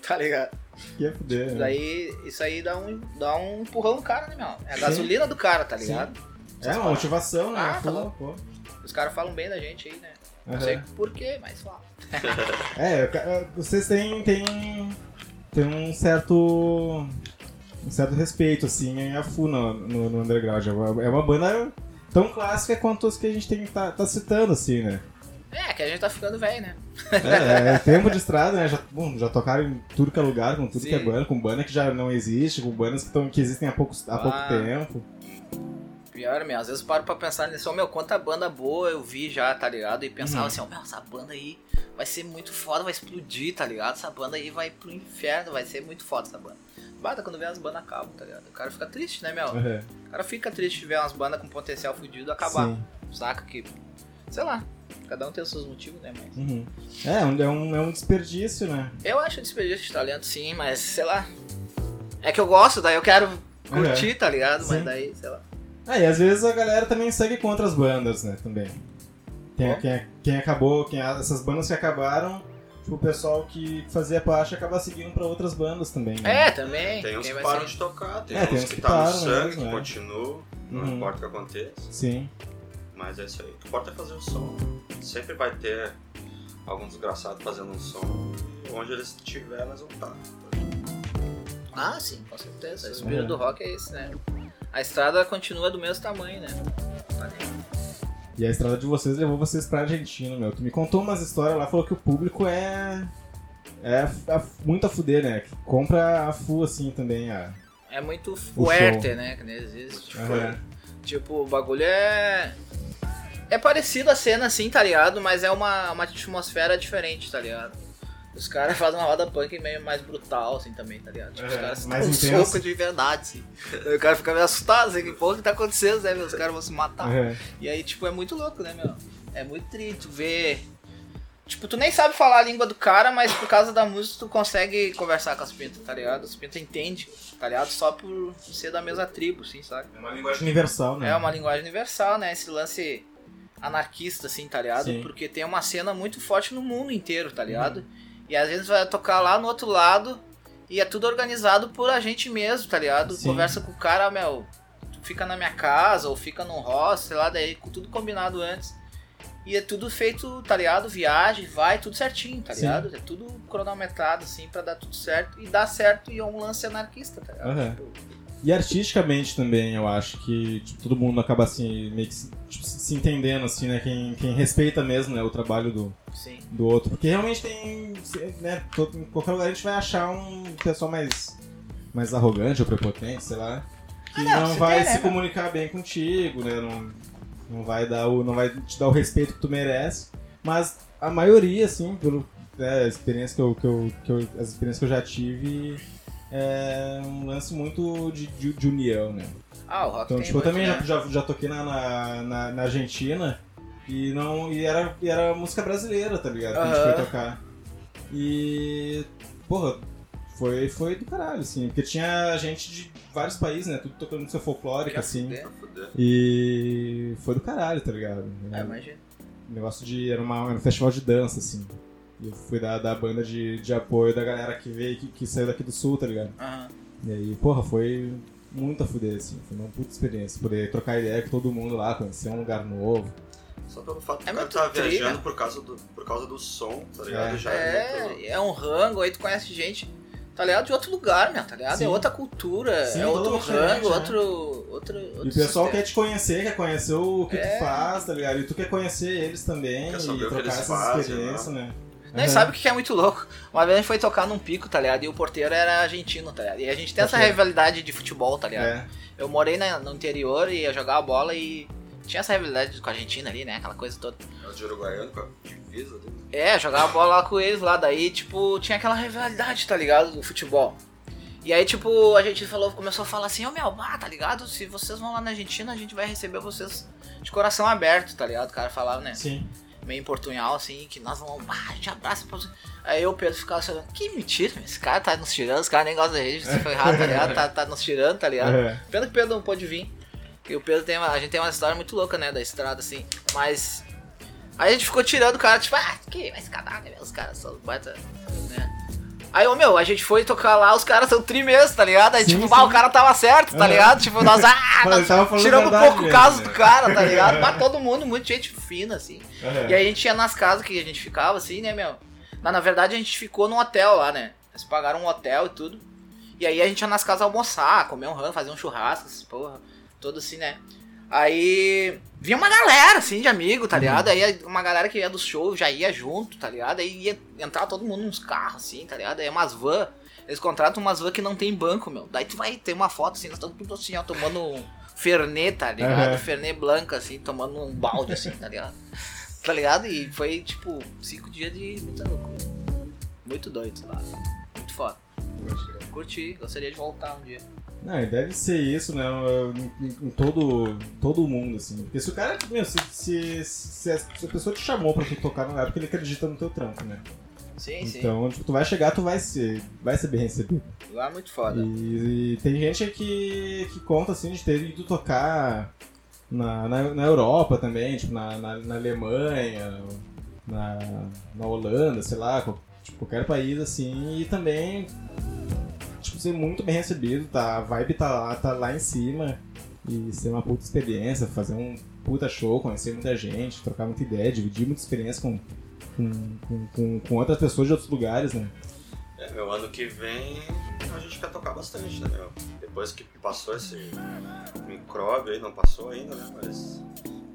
Speaker 3: Tá ligado?
Speaker 2: Que é fuder. né?
Speaker 3: Daí, isso aí dá um, dá um empurrão no cara, né, meu? É a gasolina do cara, tá
Speaker 2: Sim.
Speaker 3: ligado?
Speaker 2: É uma motivação, né?
Speaker 3: Ah,
Speaker 2: Pô,
Speaker 3: tá louco.
Speaker 2: pô.
Speaker 3: Os caras falam bem da gente aí, né? Não
Speaker 2: Aham.
Speaker 3: sei por quê, mas fala.
Speaker 2: É, eu ca- eu- vocês têm, têm, têm um certo. um certo respeito, assim, a Fu no, no, no Underground. É uma, é uma banda tão clássica quanto as que a gente tem, tá, tá citando, assim, né?
Speaker 3: É, que a gente tá ficando velho, né?
Speaker 2: É, é tempo de estrada, né? Já, bom, já tocaram em tudo que é lugar, com tudo que é
Speaker 3: Sim.
Speaker 2: banda, com banda que já não existe, com bandas que, tão, que existem há pouco, há pouco
Speaker 3: Ah.
Speaker 2: tempo.
Speaker 3: Pior, meu, às vezes eu paro pra pensar nisso, ó, meu, quanta banda boa eu vi já, tá ligado? E pensava
Speaker 2: Uhum.
Speaker 3: assim, ó, meu, essa banda aí vai ser muito foda, vai explodir, tá ligado? Essa banda aí vai pro inferno, vai ser muito foda essa banda. Bata quando vê as bandas acabam, tá ligado? O cara fica triste, né, meu?
Speaker 2: Aham.
Speaker 3: O cara fica triste de ver umas bandas com potencial fudido acabar.
Speaker 2: Sim.
Speaker 3: Saca que, sei lá, cada um tem os seus motivos, né, mas...
Speaker 2: Uhum. É, um- é, um, é um desperdício, né?
Speaker 3: Eu acho desperdício de talento, sim, mas sei lá. É que eu gosto, daí eu quero curtir,
Speaker 4: É.
Speaker 3: tá ligado?
Speaker 2: Sim.
Speaker 3: Mas daí, sei lá.
Speaker 2: Ah, e às vezes a galera também segue com outras bandas, né? Também. Quem,
Speaker 3: Ó.
Speaker 2: quem, quem acabou, quem, essas bandas que acabaram tipo, o pessoal que fazia parte acaba seguindo pra outras bandas também. né?
Speaker 3: É, também.
Speaker 4: Tem uns
Speaker 3: quem
Speaker 4: que
Speaker 3: vai
Speaker 4: param
Speaker 3: ser?
Speaker 4: de tocar, tem
Speaker 2: É,
Speaker 4: uns que, tá
Speaker 2: param
Speaker 4: no sangue,
Speaker 2: mesmo,
Speaker 4: que
Speaker 2: é.
Speaker 4: continuam,
Speaker 2: Uhum.
Speaker 4: não importa o que aconteça.
Speaker 2: Sim.
Speaker 4: Mas é isso aí. O que importa é fazer o som. Sempre vai ter algum desgraçado fazendo um som. E onde eles estiver, tá. nós vamos estar.
Speaker 3: Ah, sim, com certeza. O
Speaker 4: Sim.
Speaker 3: espírito
Speaker 2: É.
Speaker 3: do rock é esse, né? A estrada continua do mesmo tamanho, né?
Speaker 2: E a estrada de vocês levou vocês pra Argentina, meu. Tu me contou umas histórias lá, falou que o público é. É f- a f- muito a fuder, né? Que compra a full assim também, a.
Speaker 3: É muito fuerte, né? Que nem existe. Tipo,
Speaker 4: É.
Speaker 2: Aham.
Speaker 3: tipo, o bagulho é. É parecido a cena assim, tá ligado? Mas é uma, uma atmosfera diferente, tá ligado? Os caras fazem uma roda punk meio mais brutal, assim, também, tá ligado? Tipo, os
Speaker 2: É,
Speaker 3: caras se
Speaker 2: mais
Speaker 3: dão um
Speaker 2: intenso.
Speaker 3: soco de verdade, assim. Aí o cara fica meio assustado, assim, que porra que tá acontecendo, né, meu? Os caras vão se matar.
Speaker 2: Aham.
Speaker 3: E aí, tipo, é muito louco, né, meu? É muito trito ver. Tipo, tu nem sabe falar a língua do cara, mas por causa da música tu consegue conversar com as pintas, tá ligado? As pintas entende, tá ligado? Só por ser da mesma tribo, assim, sabe?
Speaker 2: É uma linguagem universal, né?
Speaker 3: É uma linguagem universal, né? Esse lance anarquista, assim, tá ligado?
Speaker 2: Sim.
Speaker 3: Porque tem uma cena muito forte no mundo inteiro, tá ligado?
Speaker 2: Uhum.
Speaker 3: E às vezes vai tocar lá no outro lado e é tudo organizado por a gente mesmo, tá ligado?
Speaker 2: Sim.
Speaker 3: Conversa com o cara, meu, tu fica na minha casa ou fica num hostel, sei lá, daí com tudo combinado antes. E é tudo feito, tá ligado? Viagem, vai, tudo certinho, tá
Speaker 2: Sim.
Speaker 3: ligado? É tudo cronometrado, assim, pra dar tudo certo. E dá certo e é um lance anarquista, tá ligado?
Speaker 2: Aham.
Speaker 3: Tipo,
Speaker 2: E artisticamente também, eu acho que tipo, todo mundo acaba assim, meio que se, tipo, se- se entendendo, assim, né? Quem, quem respeita mesmo né, o trabalho do,
Speaker 3: sim.
Speaker 2: do outro. Porque realmente tem. Né, todo, em qualquer lugar a gente vai achar um pessoal mais, mais arrogante ou prepotente, sei lá. Que
Speaker 3: Ah, não,
Speaker 2: não,
Speaker 3: você
Speaker 2: vai
Speaker 3: tem, né,
Speaker 2: se
Speaker 3: meu?
Speaker 2: comunicar bem contigo, né? Não, não, vai dar o, não vai te dar o respeito que tu merece. Mas a maioria, assim, pelo. né, a experiência que eu, que eu, que eu- as experiências que eu já tive é um lance muito de, de, de união, né?
Speaker 3: Ah, o rock
Speaker 2: Então,
Speaker 3: tem
Speaker 2: tipo, eu
Speaker 3: muito,
Speaker 2: também
Speaker 3: né?
Speaker 2: já, já, já toquei na, na, na- na Argentina e não. E era, e era música brasileira, tá ligado? Que a gente
Speaker 3: Aham.
Speaker 2: foi tocar. E. Porra, foi, foi do caralho, assim. Porque tinha gente de vários países, né? Tudo tocando música folclórica,
Speaker 3: Quer
Speaker 2: assim.
Speaker 3: fuder?
Speaker 4: Fuder.
Speaker 2: E foi do caralho, tá ligado?
Speaker 3: Ah, imagina.
Speaker 2: Um negócio de. Era, uma, era um festival de dança, assim. E eu fui da, da banda de, de apoio da galera que veio, que, que saiu daqui do sul, tá ligado?
Speaker 3: Aham.
Speaker 2: E aí, porra, foi muito a fuder, assim. Foi uma puta experiência. Poder trocar ideia com todo mundo lá, conhecer um lugar novo.
Speaker 4: Só pelo fato que
Speaker 3: É
Speaker 4: o cara
Speaker 3: muito
Speaker 4: tá
Speaker 3: tri,
Speaker 4: viajando
Speaker 3: né?
Speaker 4: por causa, do, por causa do som, tá ligado?
Speaker 2: É.
Speaker 4: Já muito-
Speaker 3: É, é um rango, aí tu conhece gente, tá ligado? De outro lugar, meu, tá ligado?
Speaker 2: Sim.
Speaker 3: É outra cultura,
Speaker 2: Sim,
Speaker 3: é outro
Speaker 2: totalmente diferente,
Speaker 3: rango,
Speaker 2: né?
Speaker 3: outro, outro, outro.
Speaker 2: e o pessoal
Speaker 3: sistema.
Speaker 2: quer te conhecer, quer conhecer o que
Speaker 3: É.
Speaker 2: tu faz, tá ligado? E tu quer conhecer eles também
Speaker 4: Quer
Speaker 2: e
Speaker 4: saber o que
Speaker 2: trocar
Speaker 4: eles
Speaker 2: essas
Speaker 4: fazem,
Speaker 2: experiências, né?
Speaker 3: Nem
Speaker 2: Aham.
Speaker 3: sabe o que é muito louco. Uma vez a gente foi tocar num pico, tá ligado? E o porteiro era argentino, tá ligado? E a gente tem essa
Speaker 2: Ok.
Speaker 3: rivalidade de futebol, tá ligado?
Speaker 2: É.
Speaker 3: Eu morei na- no interior e eu jogava bola e tinha essa rivalidade com a Argentina ali, né? Aquela coisa toda.
Speaker 4: É o de uruguaiano com a divisa né? dele.
Speaker 3: É, jogava bola lá com eles lá, daí, tipo, tinha aquela rivalidade, tá ligado? Do futebol. E aí, tipo, a gente falou, começou a falar assim, ô meu, bah, tá ligado? Se vocês vão lá na Argentina, a gente vai receber vocês de coração aberto, tá ligado? O cara falava, né?
Speaker 2: Sim. meio
Speaker 3: Meio portunhal, assim, que nós vamos, bah, a gente abraça pra você. Aí eu, Pedro, ficava assim, que mentira, meu, esse cara tá nos tirando, esse cara nem gosta da gente, isso foi errado, tá ligado? Tá, tá nos tirando, tá ligado?
Speaker 2: É.
Speaker 3: Pena que o Pedro não pôde vir. Porque o Pedro tem uma, a gente tem uma história muito louca, né? Da estrada, assim. Mas. Aí a gente ficou tirando o cara, tipo, ah, que vai se catar, né? meu? Os caras são baita, né? Aí, ô meu, a gente foi tocar lá, os caras são tri mesmo, tá ligado? Aí,
Speaker 2: Sim,
Speaker 3: tipo, bah,
Speaker 2: sim.
Speaker 3: o cara tava certo, tá
Speaker 2: Aham.
Speaker 3: ligado? Tipo, nós, ah,
Speaker 2: Mas
Speaker 3: nós
Speaker 2: ele tava falando
Speaker 3: tiramos um
Speaker 2: verdade
Speaker 3: pouco o
Speaker 2: mesmo,
Speaker 3: caso
Speaker 2: né?
Speaker 3: do cara, tá ligado? Mas todo mundo, muita gente fina, assim.
Speaker 2: Aham.
Speaker 3: E aí a gente ia nas casas que a gente ficava, assim, né, meu? Mas na verdade a gente ficou num hotel lá, né? Eles pagaram um hotel e tudo. E aí a gente ia nas casas almoçar, comer um rango, fazer um churrasco, essas porra, todo assim, né? Aí vinha uma galera, assim, de amigo, tá ligado? Aí uma galera que ia do show já ia junto, tá ligado? Aí ia entrar todo mundo nos carros, assim, tá ligado? Aí umas van. Eles contratam umas van que não tem banco, meu. Daí tu vai ter uma foto, assim, nós estamos tudo assim, ó, tomando um Fernet, tá ligado?
Speaker 2: Aham.
Speaker 3: Fernet branco, assim, tomando um balde, assim, tá ligado? Tá ligado? E foi tipo cinco dias de muita loucura. Muito doido lá. Muito foda. Curti, gostaria de voltar um dia.
Speaker 2: Não, e deve ser isso, né? Em, em- em todo, todo mundo, assim. Porque se o cara. Meu, se, se, se, a, se a pessoa te chamou pra tu tocar no lugar, é porque ele acredita no teu trampo, né?
Speaker 3: Sim,
Speaker 2: Então, tipo, tu vai chegar, tu vai ser, vai ser bem recebido.
Speaker 3: sim. Lá é muito foda.
Speaker 2: E, e tem gente que, que conta assim de ter ido tocar na, na, na Europa também, tipo, na, na, na Alemanha, na, na Holanda, sei lá, co- Tipo, qualquer país, assim, e também, tipo, ser muito bem recebido, tá? A vibe tá lá, tá lá em cima. E ser uma puta experiência, fazer um puta show, conhecer muita gente, trocar muita ideia, dividir muita experiência com, com, com, com, com outras pessoas de outros lugares, né?
Speaker 4: É, meu ano que vem a gente quer tocar bastante, né, meu? Depois que passou esse micróbio aí, não passou ainda, né? Mas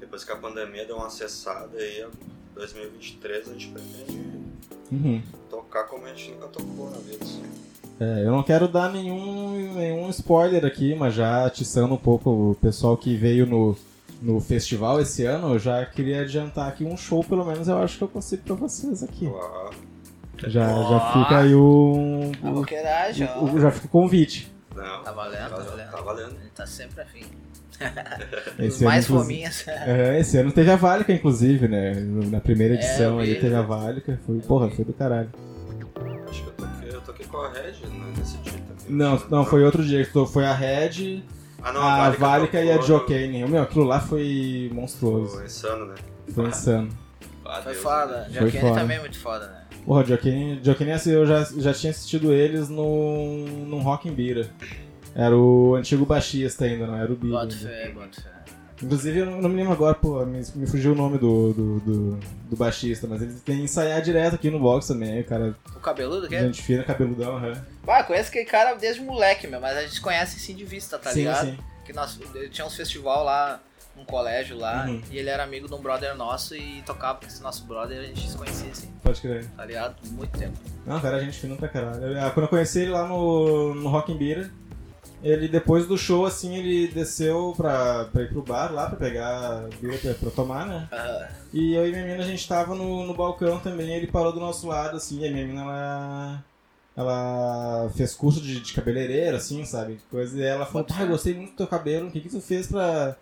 Speaker 4: depois que a pandemia deu uma cessada aí, 2023 a gente pretende
Speaker 2: Uhum.
Speaker 4: tocar como a gente nunca tocou na vida, assim.
Speaker 2: É, eu não quero dar nenhum, nenhum spoiler aqui, mas já atiçando um pouco o pessoal que veio no, no festival esse ano, eu já queria adiantar aqui um show, pelo menos eu acho que eu consigo pra vocês aqui.
Speaker 4: Lá,
Speaker 2: Já, já
Speaker 3: Ó.
Speaker 2: fica aí um.
Speaker 3: A boqueiragem,
Speaker 2: o- o-
Speaker 3: ó.
Speaker 2: já fica o convite.
Speaker 4: não,
Speaker 3: Tá valendo, tá valendo.
Speaker 4: Tá valendo.
Speaker 3: Ele tá sempre afim. Os
Speaker 2: Esse
Speaker 3: mais
Speaker 2: ano, inclusive-
Speaker 3: fominhas.
Speaker 2: É, esse ano teve a Válica, inclusive, né? Na primeira
Speaker 3: É, eu
Speaker 2: edição
Speaker 3: vi.
Speaker 2: aí teve a Válica. Foi, porra, foi do caralho.
Speaker 4: Acho que eu toquei, eu toquei com a Red né, nesse dia também.
Speaker 2: Não, não, foi outro dia. que Foi a Red,
Speaker 4: Ah, não,
Speaker 2: a Válica e a
Speaker 4: tocou,
Speaker 2: Jokane. Meu, aquilo lá foi monstruoso.
Speaker 4: Foi né, insano, né?
Speaker 2: Foi insano.
Speaker 4: Ah,
Speaker 3: Foi
Speaker 4: Deus,
Speaker 3: foda.
Speaker 2: Foi
Speaker 3: Jaquene
Speaker 2: foda.
Speaker 3: também é muito foda, né?
Speaker 2: Porra, Joaquim, Joaquim assim, eu já, já tinha assistido eles num, num Rock em Bira. Era o antigo baixista ainda, não era o Bira.
Speaker 3: Bota
Speaker 2: ainda.
Speaker 3: fé, bota fé.
Speaker 2: Inclusive, eu não me lembro agora, pô, me, me fugiu o nome do, do, do, do baixista, mas ele tem que ensaiar direto aqui no box também, o cara,
Speaker 3: O cabeludo que é?
Speaker 2: gente fina, cabeludão, aham.
Speaker 3: Ah, conheço aquele cara desde moleque, meu, mas a gente conhece assim de vista, tá
Speaker 2: sim,
Speaker 3: ligado?
Speaker 2: sim.
Speaker 3: Que nós ele tinha uns festival lá, num colégio lá,
Speaker 2: Uhum.
Speaker 3: e ele era amigo de um brother nosso e tocava com esse nosso brother, a gente se conhecia assim,
Speaker 2: Pode crer.
Speaker 3: tá ligado? Muito tempo.
Speaker 2: Não, cara, é gente fina pra caralho. Eu- ah, Quando eu conheci ele lá no, no Rock em Bira, ele depois do show, assim, ele desceu pra, pra ir pro bar lá, pra pegar bira pra, pra tomar, né?
Speaker 3: Ah,
Speaker 2: E eu e minha mina, a gente tava no, no balcão também, ele parou do nosso lado, assim, e a minha mina, ela, ela fez curso de, de cabeleireira, assim, sabe? de Coisa, e ela falou, pai, gostei muito do teu cabelo, o que que tu fez pra,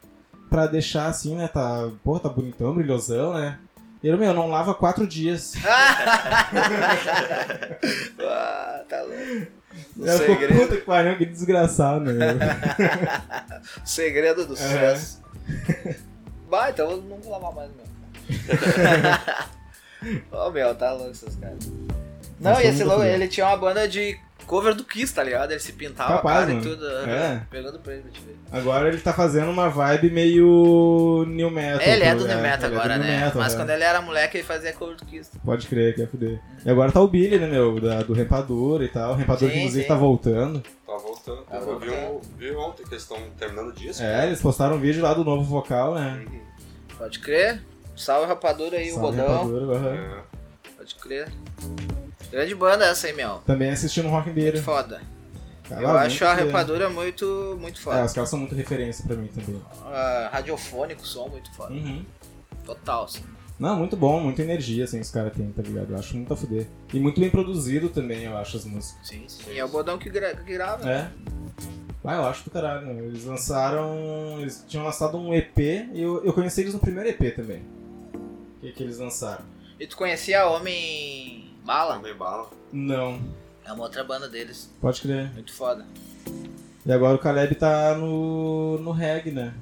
Speaker 2: pra deixar assim, né? Tá, porra, tá bonitão, brilhosão, né? E eu, meu, não lava quatro dias.
Speaker 3: Ah, tá louco. O
Speaker 2: Ela ficou,
Speaker 3: segredo.
Speaker 2: puta que pariu, que desgraçado, né?
Speaker 3: Segredo do
Speaker 2: É.
Speaker 3: sucesso. Bah, então eu não vou lavar mais, meu. Ô, meu, tá louco esses caras. Não,
Speaker 2: Mas
Speaker 3: e
Speaker 2: foi
Speaker 3: esse
Speaker 2: muito
Speaker 3: louco,
Speaker 2: bom.
Speaker 3: ele tinha uma banda de cover do Kiss, tá ligado? Ele se pintava
Speaker 2: Capaz,
Speaker 3: a cara e
Speaker 2: mano.
Speaker 3: tudo.
Speaker 2: É.
Speaker 3: Pegando pra ele pra te ver.
Speaker 2: Agora ele tá fazendo uma vibe meio new metal.
Speaker 3: ele é
Speaker 2: tá
Speaker 3: do New
Speaker 2: ligado?
Speaker 3: Metal
Speaker 2: Ele é do
Speaker 3: agora,
Speaker 2: new
Speaker 3: né?
Speaker 2: metal,
Speaker 3: Mas
Speaker 2: é.
Speaker 3: quando ele era moleque, ele fazia cover do Kiss.
Speaker 2: Pode crer, que é fuder. E agora tá o Billy, né, meu? Da, do Rempador e tal. O Rempador,
Speaker 3: Sim,
Speaker 2: inclusive,
Speaker 3: sim.
Speaker 2: tá voltando.
Speaker 4: Tá voltando.
Speaker 3: Tá
Speaker 4: eu vi, um,
Speaker 3: voltando.
Speaker 4: vi ontem que eles estão terminando o disco.
Speaker 2: É, eles postaram um vídeo lá do novo vocal, né?
Speaker 4: Uhum.
Speaker 3: Pode crer. Salve rapadura aí, o
Speaker 2: Salve,
Speaker 3: Godão.
Speaker 2: Rempador, aham.
Speaker 4: É.
Speaker 3: Pode crer. Grande banda essa aí, meu.
Speaker 2: Também assistindo o Rock Beira.
Speaker 3: Muito foda.
Speaker 2: Cara,
Speaker 3: Eu acho a
Speaker 2: muito-
Speaker 3: rapadura muito, muito
Speaker 2: É,
Speaker 3: foda.
Speaker 2: os caras são muito referência pra mim também.
Speaker 3: Ah, radiofônico, som muito foda.
Speaker 2: Uhum.
Speaker 3: Total, assim.
Speaker 2: Não, muito bom, muita energia, assim, os caras têm, tá ligado? Eu acho muito a fuder. E muito bem produzido também, eu acho, as músicas.
Speaker 3: Sim, sim. E é o Bodão que, gra- que grava.
Speaker 2: É.
Speaker 3: né?
Speaker 2: Ah, eu acho do caralho. né? Eles lançaram. Eles tinham lançado um EP e eu, eu conheci eles no primeiro EP também. O que, que eles lançaram?
Speaker 3: E tu conhecia Homem Bala?
Speaker 4: Homem tá bala.
Speaker 2: Não.
Speaker 3: É uma outra banda deles.
Speaker 2: Pode crer.
Speaker 3: Muito foda.
Speaker 2: E agora o Caleb tá no, no reggae, né?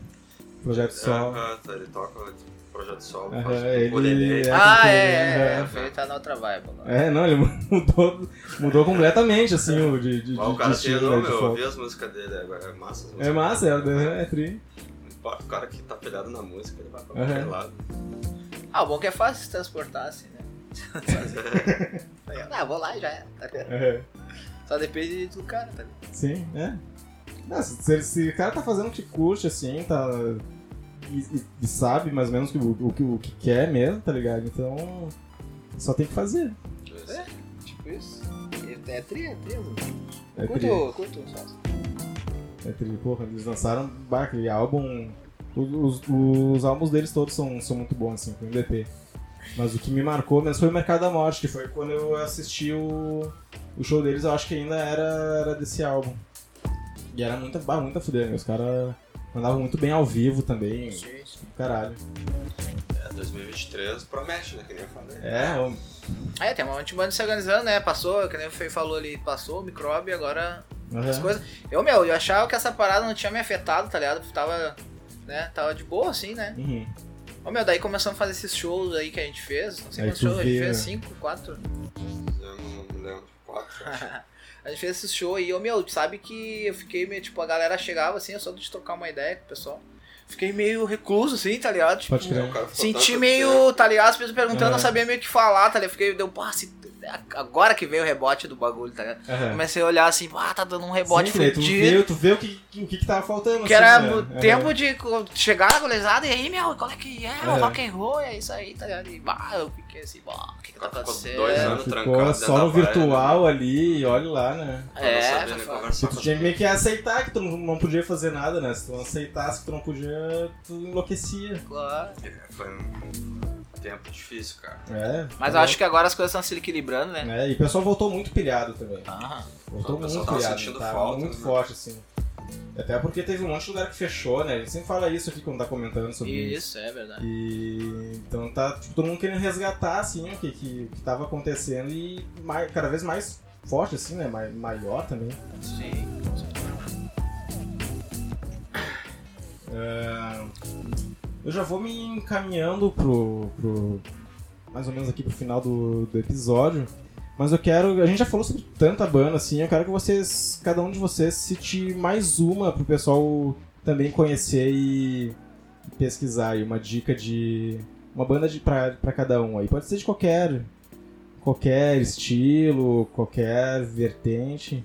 Speaker 2: Projeto Sol.
Speaker 4: Ah, tá, ele toca o Projeto Sol.
Speaker 2: Aham,
Speaker 4: faz
Speaker 2: ele-
Speaker 4: ukulele.
Speaker 2: É,
Speaker 3: ah,
Speaker 2: porque-
Speaker 3: é, é, é.
Speaker 2: é.
Speaker 3: O Felipe tá na outra vibe agora.
Speaker 2: É, não, ele mudou, mudou completamente, assim, o de, de,
Speaker 4: Ó, o
Speaker 2: de-
Speaker 4: cara
Speaker 2: de
Speaker 4: tem
Speaker 2: estilo,
Speaker 4: nome,
Speaker 2: né, de
Speaker 4: eu
Speaker 2: folk.
Speaker 4: ouvi as músicas dele, é é massa. as
Speaker 2: É
Speaker 4: músicas
Speaker 2: massa,
Speaker 4: dele.
Speaker 2: é, é, é tri.
Speaker 4: O cara que tá pegado na música, ele vai pra
Speaker 2: Aham.
Speaker 4: qualquer lado.
Speaker 3: Ah, o bom que é fácil se transportar, assim, né? ah, vou lá e já é. tá ligado?
Speaker 2: É.
Speaker 3: Só depende do cara, tá ligado?
Speaker 2: Sim, é. Não, se, se, se o cara tá fazendo o que curte, assim, tá. E, e- e sabe mais ou menos o, que- o, que- o que quer mesmo, tá ligado? Então. Só tem que fazer.
Speaker 3: Tipo isso. É, é tri, é tri. mano.
Speaker 2: É tri.
Speaker 3: Curto, curto. só.
Speaker 2: É tri, porra, eles lançaram bah, aquele álbum. Os, os- os álbuns deles todos são, são muito bons, assim, com o DP. Mas o que me marcou mesmo foi o Mercado da Morte, que foi quando eu assisti o, o show deles, eu acho que ainda era, era desse álbum. E era muita, bah, muita fuder, né? Os caras mandavam muito bem ao vivo também.
Speaker 3: Sim, sim.
Speaker 2: Caralho.
Speaker 4: É, 2023 promete, né? Que nem eu falei.
Speaker 2: É, eu-
Speaker 3: É, tem um monte de banda se organizando, né? Passou, que nem o Fei falou ali, passou o micróbio, agora
Speaker 2: aham.
Speaker 3: as coisas. Eu, meu, eu achava que essa parada não tinha me afetado, tá ligado? Tava, né? Tava de boa, assim, né?
Speaker 2: Uhum.
Speaker 3: Ô, meu, daí começamos a fazer esses shows aí que a gente fez. Não sei
Speaker 2: Aí
Speaker 3: quantos
Speaker 2: tu
Speaker 3: shows a gente
Speaker 2: vê,
Speaker 3: fez,
Speaker 2: né?
Speaker 3: cinco, quatro.
Speaker 4: Fizemos lembro. Quatro, eu acho.
Speaker 3: A gente fez esse show aí, ô meu, sabe que eu fiquei meio, tipo, a galera chegava assim, eu só de trocar uma ideia com o pessoal. Fiquei meio recluso, assim, tá ligado? Tipo,
Speaker 2: Pode crer. É.
Speaker 4: O cara ficou
Speaker 3: Senti
Speaker 4: tanto
Speaker 3: meio, tá ligado? As pessoas perguntando, eu não
Speaker 2: Aham.
Speaker 3: sabia meio o que falar, tá ligado? Fiquei, deu, pá, se- agora que veio o rebote do bagulho, tá ligado?
Speaker 2: Aham.
Speaker 3: Comecei a olhar assim, ah, tá dando um rebote
Speaker 2: É. Sim, daí tu
Speaker 3: fudido.
Speaker 2: vê, tu vê o que, que- o que, que tava faltando.
Speaker 3: Que
Speaker 2: assim,
Speaker 3: era
Speaker 2: né?
Speaker 3: o
Speaker 2: Aham.
Speaker 3: tempo de co- chegar na golezada e aí, meu, qual é que é? O
Speaker 2: É.
Speaker 3: rock and roll, é isso aí, tá ligado? E bah, eu fiquei assim, bah, o que que tá
Speaker 4: Ficou
Speaker 3: acontecendo?
Speaker 4: dois anos. trancado
Speaker 2: Ficou
Speaker 4: dentro da
Speaker 2: só no
Speaker 4: praia,
Speaker 2: virtual ali e olha lá, né?
Speaker 4: Eu não sabia
Speaker 3: É,
Speaker 4: nem
Speaker 3: foi foda.
Speaker 4: conversar
Speaker 2: Se
Speaker 4: com
Speaker 2: tu
Speaker 4: as
Speaker 2: tinha que meio que aceitar que tu não não podia fazer nada, né? Se tu não aceitasse que tu não podia, tu enlouquecia.
Speaker 3: Claro.
Speaker 4: É, Foi um tempo difícil, cara.
Speaker 2: É,
Speaker 3: Mas
Speaker 4: tá
Speaker 3: eu acho que agora as coisas estão se equilibrando, né?
Speaker 2: É, e o pessoal voltou muito pilhado também.
Speaker 3: Aham.
Speaker 2: Voltou
Speaker 4: O
Speaker 2: muito
Speaker 4: pessoal
Speaker 2: pilhado.
Speaker 4: tava sentindo
Speaker 2: tava
Speaker 4: falta,
Speaker 2: muito
Speaker 4: né?
Speaker 2: forte, assim. Até porque teve um monte de lugar que fechou, né? A gente sempre fala isso aqui quando tá comentando sobre isso.
Speaker 3: Isso, é verdade.
Speaker 2: E então tá tipo, todo mundo querendo resgatar assim o que, que, o que tava acontecendo e mai- cada vez mais forte assim, né? Mai- maior também.
Speaker 3: Sim.
Speaker 2: Eu já vou me encaminhando pro, pro- mais ou menos aqui pro final do, do episódio, mas eu quero, a gente já falou sobre tanta banda assim, eu quero que vocês, cada um de vocês cite mais uma pro pessoal também conhecer e pesquisar e uma dica de uma banda de pra, pra cada um aí. Pode ser de qualquer qualquer estilo, qualquer vertente.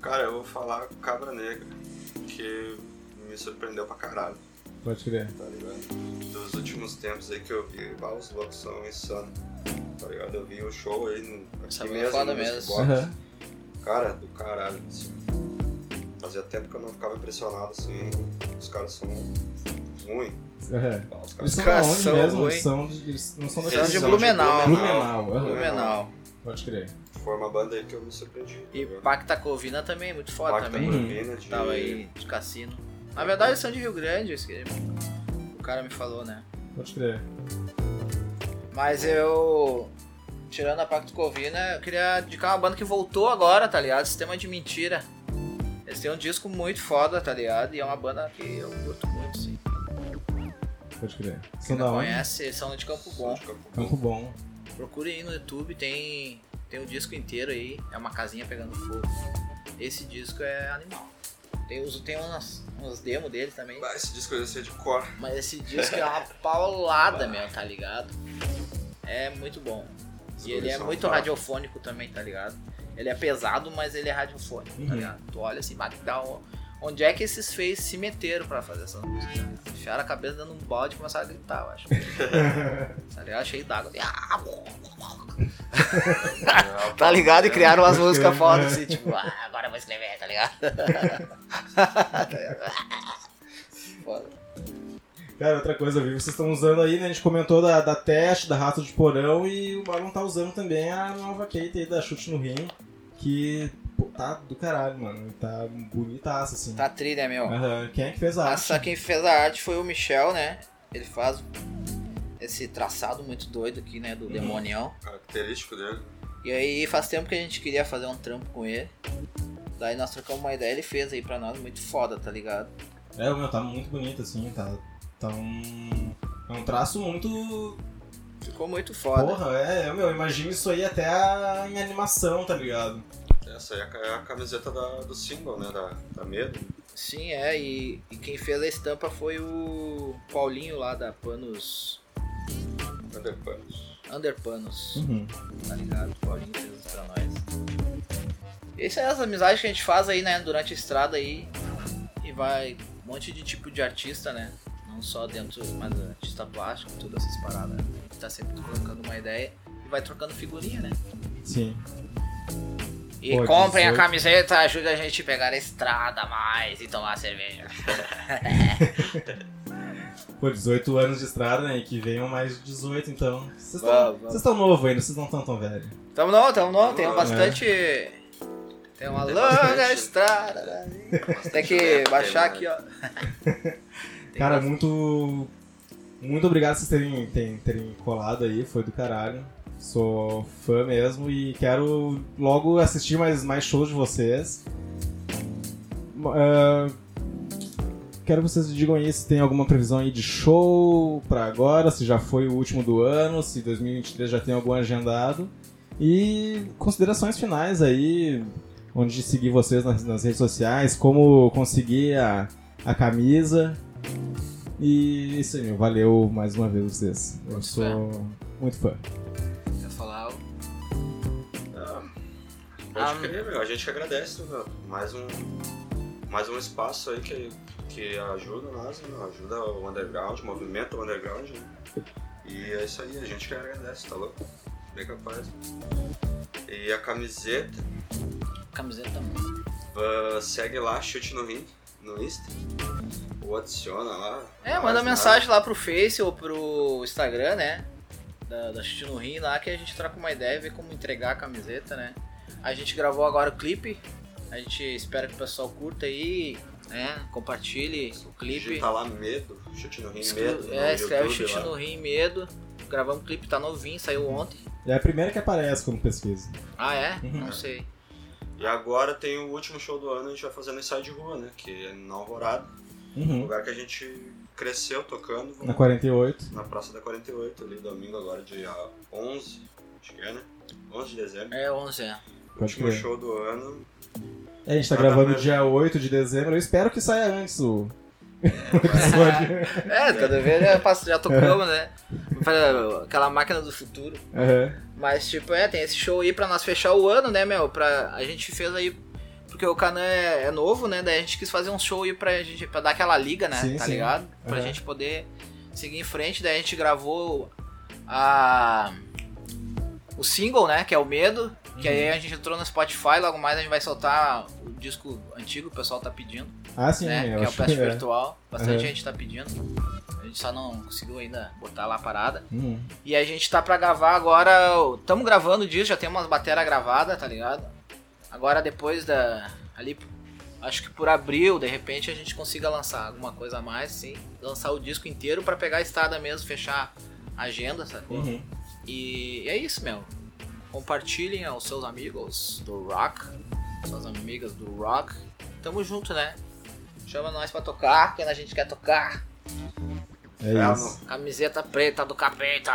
Speaker 4: Cara, eu vou falar Cabra Negra, que me surpreendeu pra caralho,
Speaker 2: Pode crer.
Speaker 4: tá ligado? Dos últimos tempos aí que eu vi, bah, os loucos são insanos, tá ligado? Eu vi o show aí no, aqui
Speaker 3: Essa banda é
Speaker 4: mesmo,
Speaker 3: foda
Speaker 4: no
Speaker 3: mesmo.
Speaker 4: Music Box.
Speaker 2: Aham.
Speaker 4: Cara, do caralho, assim. Fazia tempo que eu não ficava impressionado, assim, os caras são ruins,
Speaker 2: Aham.
Speaker 4: bah, os
Speaker 2: Eles
Speaker 4: caras
Speaker 2: são da onde
Speaker 3: Cação,
Speaker 2: mesmo?
Speaker 3: hein?
Speaker 2: Eles são de, eles não são da
Speaker 3: Eles são de
Speaker 2: Cação.
Speaker 3: Blumenau.
Speaker 2: Blumenau, aham.
Speaker 3: Blumenau.
Speaker 2: Pode crer.
Speaker 4: foi uma banda aí que eu me surpreendi. tá
Speaker 3: E
Speaker 4: ligado?
Speaker 3: Pacta Covina também, muito foda
Speaker 4: Pacta
Speaker 3: também.
Speaker 4: Corvina de-
Speaker 3: Tava aí de cassino. Na verdade, eles são de Rio Grande, eu esqueci. o cara me falou, né?
Speaker 2: Pode crer.
Speaker 3: Mas eu. Tirando a Pacto Covina, eu queria indicar uma banda que voltou agora, tá ligado? Sistema de Mentira. Eles têm um disco muito foda, tá ligado? E é uma banda que eu curto muito, sim.
Speaker 2: Pode crer.
Speaker 3: Quem
Speaker 2: São da
Speaker 3: não
Speaker 2: onde?
Speaker 3: conhece, eles são de Campo
Speaker 4: São
Speaker 3: Bom.
Speaker 4: de Campo Bom.
Speaker 2: Campo Bom.
Speaker 3: Procure aí no YouTube, tem tem um disco inteiro aí, é uma casinha pegando fogo. Esse disco é animal. Tem, os- tem umas, umas demos dele também.
Speaker 4: Bah, Ah, esse disco eu sei de cor.
Speaker 3: Mas esse disco é uma paulada, meu, tá ligado? É muito bom.
Speaker 4: Os
Speaker 3: E ele
Speaker 4: guris
Speaker 3: é
Speaker 4: são
Speaker 3: muito
Speaker 4: bravos.
Speaker 3: radiofônico também, tá ligado? Ele é pesado, mas ele é radiofônico, tá
Speaker 2: Uhum.
Speaker 3: ligado? Tu olha assim, bah, que dá um- onde é que esses feios se meteram pra fazer essas músicas? tá ligado? Enfiaram a cabeça dando um balde e começaram a gritar, eu acho. tá ligado? Cheio d'água. assim, ah, Tá ligado? E criaram umas músicas fodas assim, tipo, ah, agora eu vou escrever, tá ligado? Tá ligado? Foda.
Speaker 2: Cara, outra coisa, eu vi, vocês estão usando aí, né? A gente comentou da, da teste, da rato de porão e o Marlon tá usando também a nova Kate aí da chute no rim, que pô, tá do caralho, mano. Tá bonitaça, assim.
Speaker 3: Tá trilha, meu.
Speaker 2: Aham. Quem é que fez a
Speaker 3: Ah,
Speaker 2: arte?
Speaker 3: só quem fez a arte foi o Michel, né? Ele faz esse traçado muito doido aqui, né? Do demonião.
Speaker 4: Característico dele.
Speaker 3: E aí faz tempo que a gente queria fazer um trampo com ele. Daí nós trocamos uma ideia, ele fez aí pra nós, muito foda, tá ligado?
Speaker 2: É, meu, tá muito bonito, assim. Tá, tá um... É um traço muito
Speaker 3: Ficou muito foda.
Speaker 2: Porra, é, é, meu, imagina isso aí até a- em animação, tá ligado?
Speaker 4: Essa aí é a ca- é a camiseta da- do single, né? Da, da Medo.
Speaker 3: Sim, é, e, e quem fez a estampa foi o Paulinho lá da Panos.
Speaker 4: Underpants.
Speaker 3: Underpanos.
Speaker 2: Uhum.
Speaker 3: tá ligado? O Paulinho fez isso pra nós. E isso é as amizades que a gente faz aí, né? Durante a estrada aí. E vai um monte de tipo de artista, né? Não só dentro, mas artista plástico, todas essas paradas. A gente tá sempre trocando uma ideia e vai trocando figurinha, né?
Speaker 2: Sim.
Speaker 3: E
Speaker 2: Pô,
Speaker 3: comprem a
Speaker 2: 18.
Speaker 3: camiseta, ajuda a gente a pegar a estrada mais e tomar cerveja.
Speaker 2: Pô, 18 anos de estrada, né? E que venham mais de 18, então. Vocês
Speaker 3: Vamos, vamos.
Speaker 2: estão novos ainda, vocês não estão tão velhos.
Speaker 3: Tamo não, tamo não, tem
Speaker 4: É.
Speaker 3: bastante. Tem uma
Speaker 4: Tem
Speaker 3: longa
Speaker 4: bastante.
Speaker 3: estrada. né? Tem que
Speaker 4: é
Speaker 3: baixar aqui, ó. Tem
Speaker 2: Cara,
Speaker 3: bastante-
Speaker 2: muito. Muito obrigado vocês terem, terem, terem colado aí, foi do caralho. Sou fã mesmo e quero logo assistir mais, mais shows de vocês. Ah, quero que vocês digam aí se tem alguma previsão aí de show pra agora, se já foi o último do ano, se 2023 já tem algum agendado. E considerações finais aí, onde seguir vocês nas, nas redes sociais, como conseguir a, a camisa. E é isso aí, meu. Valeu mais uma vez vocês. Eu
Speaker 3: Muito
Speaker 2: sou muito fã.
Speaker 3: Quer falar? algo?
Speaker 4: Pode
Speaker 3: Ah,
Speaker 4: crer, meu. A gente que agradece, meu. Mais um, mais um espaço aí que, que ajuda nós, meu. ajuda o underground, movimenta o underground. Né? E é isso aí, a gente que agradece, tá louco? Bem capaz. E a camiseta,
Speaker 3: Camiseta.
Speaker 4: ah, segue lá, chute no rim, no Insta. Ou adiciona lá.
Speaker 3: É,
Speaker 4: Faz
Speaker 3: manda
Speaker 4: nada.
Speaker 3: mensagem lá pro Face ou pro Instagram, né? Da, da Chute no Rim lá que a gente troca uma ideia e vê como entregar a camiseta, né? A gente gravou agora o clipe. A gente espera que o pessoal curta aí, né? Compartilhe o clipe.
Speaker 4: Digita tá lá medo, chute no rim,
Speaker 3: Escre-
Speaker 4: medo. no
Speaker 3: é, escreve
Speaker 4: YouTube
Speaker 3: Chute
Speaker 4: lá.
Speaker 3: no Rim Medo. Gravamos o clipe, tá novinho, saiu ontem.
Speaker 2: É a primeira que aparece quando pesquisa.
Speaker 3: Ah, é?
Speaker 2: Uhum.
Speaker 3: Não sei.
Speaker 4: E agora tem o último show do ano, a gente vai fazer no ensaio de rua, né? Que é na Alvorada. Um
Speaker 2: Uhum.
Speaker 4: lugar que a gente cresceu tocando
Speaker 2: Na 48.
Speaker 4: na Praça da 48, ali domingo agora, dia 11, acho que é, né? 11 de dezembro.
Speaker 3: É 11, é.
Speaker 2: Pode
Speaker 4: Último
Speaker 2: crer.
Speaker 4: show do ano.
Speaker 2: É, a gente tá
Speaker 4: Ah, tá
Speaker 2: gravando
Speaker 4: mesmo.
Speaker 2: dia 8 de dezembro. Eu espero que saia antes o episódio.
Speaker 3: É, cada vez já, passo- já tocamos, né? Pra- Aquela máquina do futuro.
Speaker 2: Aham.
Speaker 3: Mas, tipo, é, tem esse show aí pra nós fechar o ano, né, meu? Pra, a gente fez aí. Porque o Canan é, é novo, né? Daí a gente quis fazer um show aí pra, gente, pra dar aquela liga, né?
Speaker 2: Sim,
Speaker 3: tá
Speaker 2: sim.
Speaker 3: ligado? Pra
Speaker 2: Aham.
Speaker 3: gente poder seguir em frente. Daí a gente gravou a. O single, né? Que é o Medo. Que
Speaker 2: Uhum.
Speaker 3: aí a gente entrou no Spotify, logo mais a gente vai soltar o disco antigo, o pessoal tá pedindo
Speaker 2: Ah, sim, eu
Speaker 3: né? que é o
Speaker 2: acho
Speaker 3: Peste
Speaker 2: que é.
Speaker 3: Virtual. Bastante
Speaker 2: Aham.
Speaker 3: gente tá pedindo. A gente só não conseguiu ainda botar lá a parada.
Speaker 2: Uhum.
Speaker 3: E a gente tá pra gravar agora. o- Tamo gravando o disco, já tem umas bateras gravadas, tá ligado? Agora depois da. Ali. Acho que por abril, de repente, a gente consiga lançar alguma coisa a mais, sim. Lançar o disco inteiro pra pegar a estrada mesmo, fechar a agenda, sacou?
Speaker 2: Uhum.
Speaker 3: E é isso, meu. Compartilhem aos seus amigos do rock, suas amigas do rock. Tamo junto, né? Chama nós pra tocar, quando a gente quer tocar.
Speaker 2: É
Speaker 4: Inferno.
Speaker 2: isso.
Speaker 3: Camiseta preta do capeta.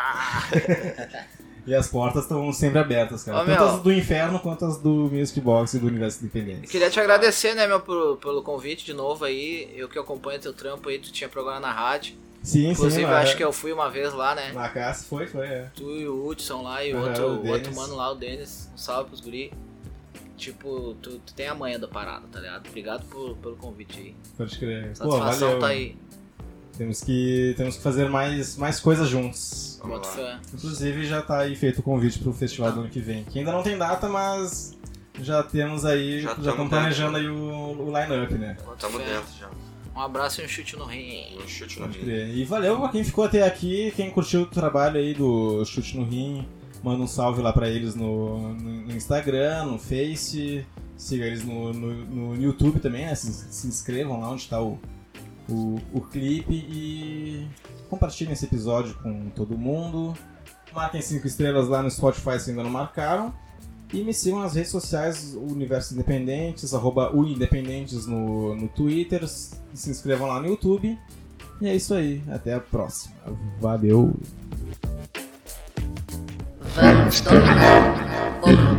Speaker 2: E as portas estão sempre abertas, cara.
Speaker 3: Ô,
Speaker 2: Tanto
Speaker 3: meu.
Speaker 2: as do inferno quanto as do Music Box e do Universo
Speaker 3: Eu
Speaker 2: Independente.
Speaker 3: queria te agradecer, né, meu, por- pelo convite de novo aí. Eu que acompanho teu trampo aí, tu tinha programa na rádio.
Speaker 2: Sim, é.
Speaker 3: Inclusive,
Speaker 2: sim.
Speaker 3: eu acho que eu fui uma vez lá, né?
Speaker 2: Na casa foi, foi, é.
Speaker 3: Tu e o Hudson lá e o
Speaker 2: Aham,
Speaker 3: outro,
Speaker 2: o
Speaker 3: o outro
Speaker 2: Denis.
Speaker 3: mano lá, o Denis. Um salve pros guri. Tipo, tu, tu tem a manha da parada, tá ligado? Obrigado por- pelo convite aí.
Speaker 2: Pode crer. Pô,
Speaker 3: Satisfação
Speaker 2: valeu.
Speaker 3: tá aí.
Speaker 2: Temos que, temos que fazer mais, mais coisas juntos.
Speaker 4: Vamos
Speaker 3: Boto
Speaker 4: lá.
Speaker 3: fé.
Speaker 2: Inclusive, já tá aí feito o convite pro festival do ano que vem. Que ainda não tem data, mas já temos aí, já
Speaker 4: Já
Speaker 2: estamos
Speaker 4: tamo
Speaker 2: planejando
Speaker 4: dentro.
Speaker 2: aí o, o line-up, né?
Speaker 3: Boto
Speaker 4: Tamo
Speaker 3: fé.
Speaker 4: dentro já.
Speaker 3: Um abraço e um chute no rim.
Speaker 4: Um chute no
Speaker 2: Pode
Speaker 4: rim.
Speaker 2: crer. E valeu pra quem ficou até aqui, quem curtiu o trabalho aí do Chute no Rim, manda um salve lá pra eles no, no- no Instagram, no Face, siga eles no, no- no YouTube também, né? Se, se inscrevam lá onde tá o, o, o clipe e compartilhem esse episódio com todo mundo. Marquem 5 estrelas lá no Spotify se ainda não marcaram. E me sigam nas redes sociais, o Universo Independentes, arroba o Independentes no, no Twitter. E se inscrevam lá no YouTube. E é isso aí. Até a próxima. Valeu.
Speaker 1: Vamos dominar o mundo.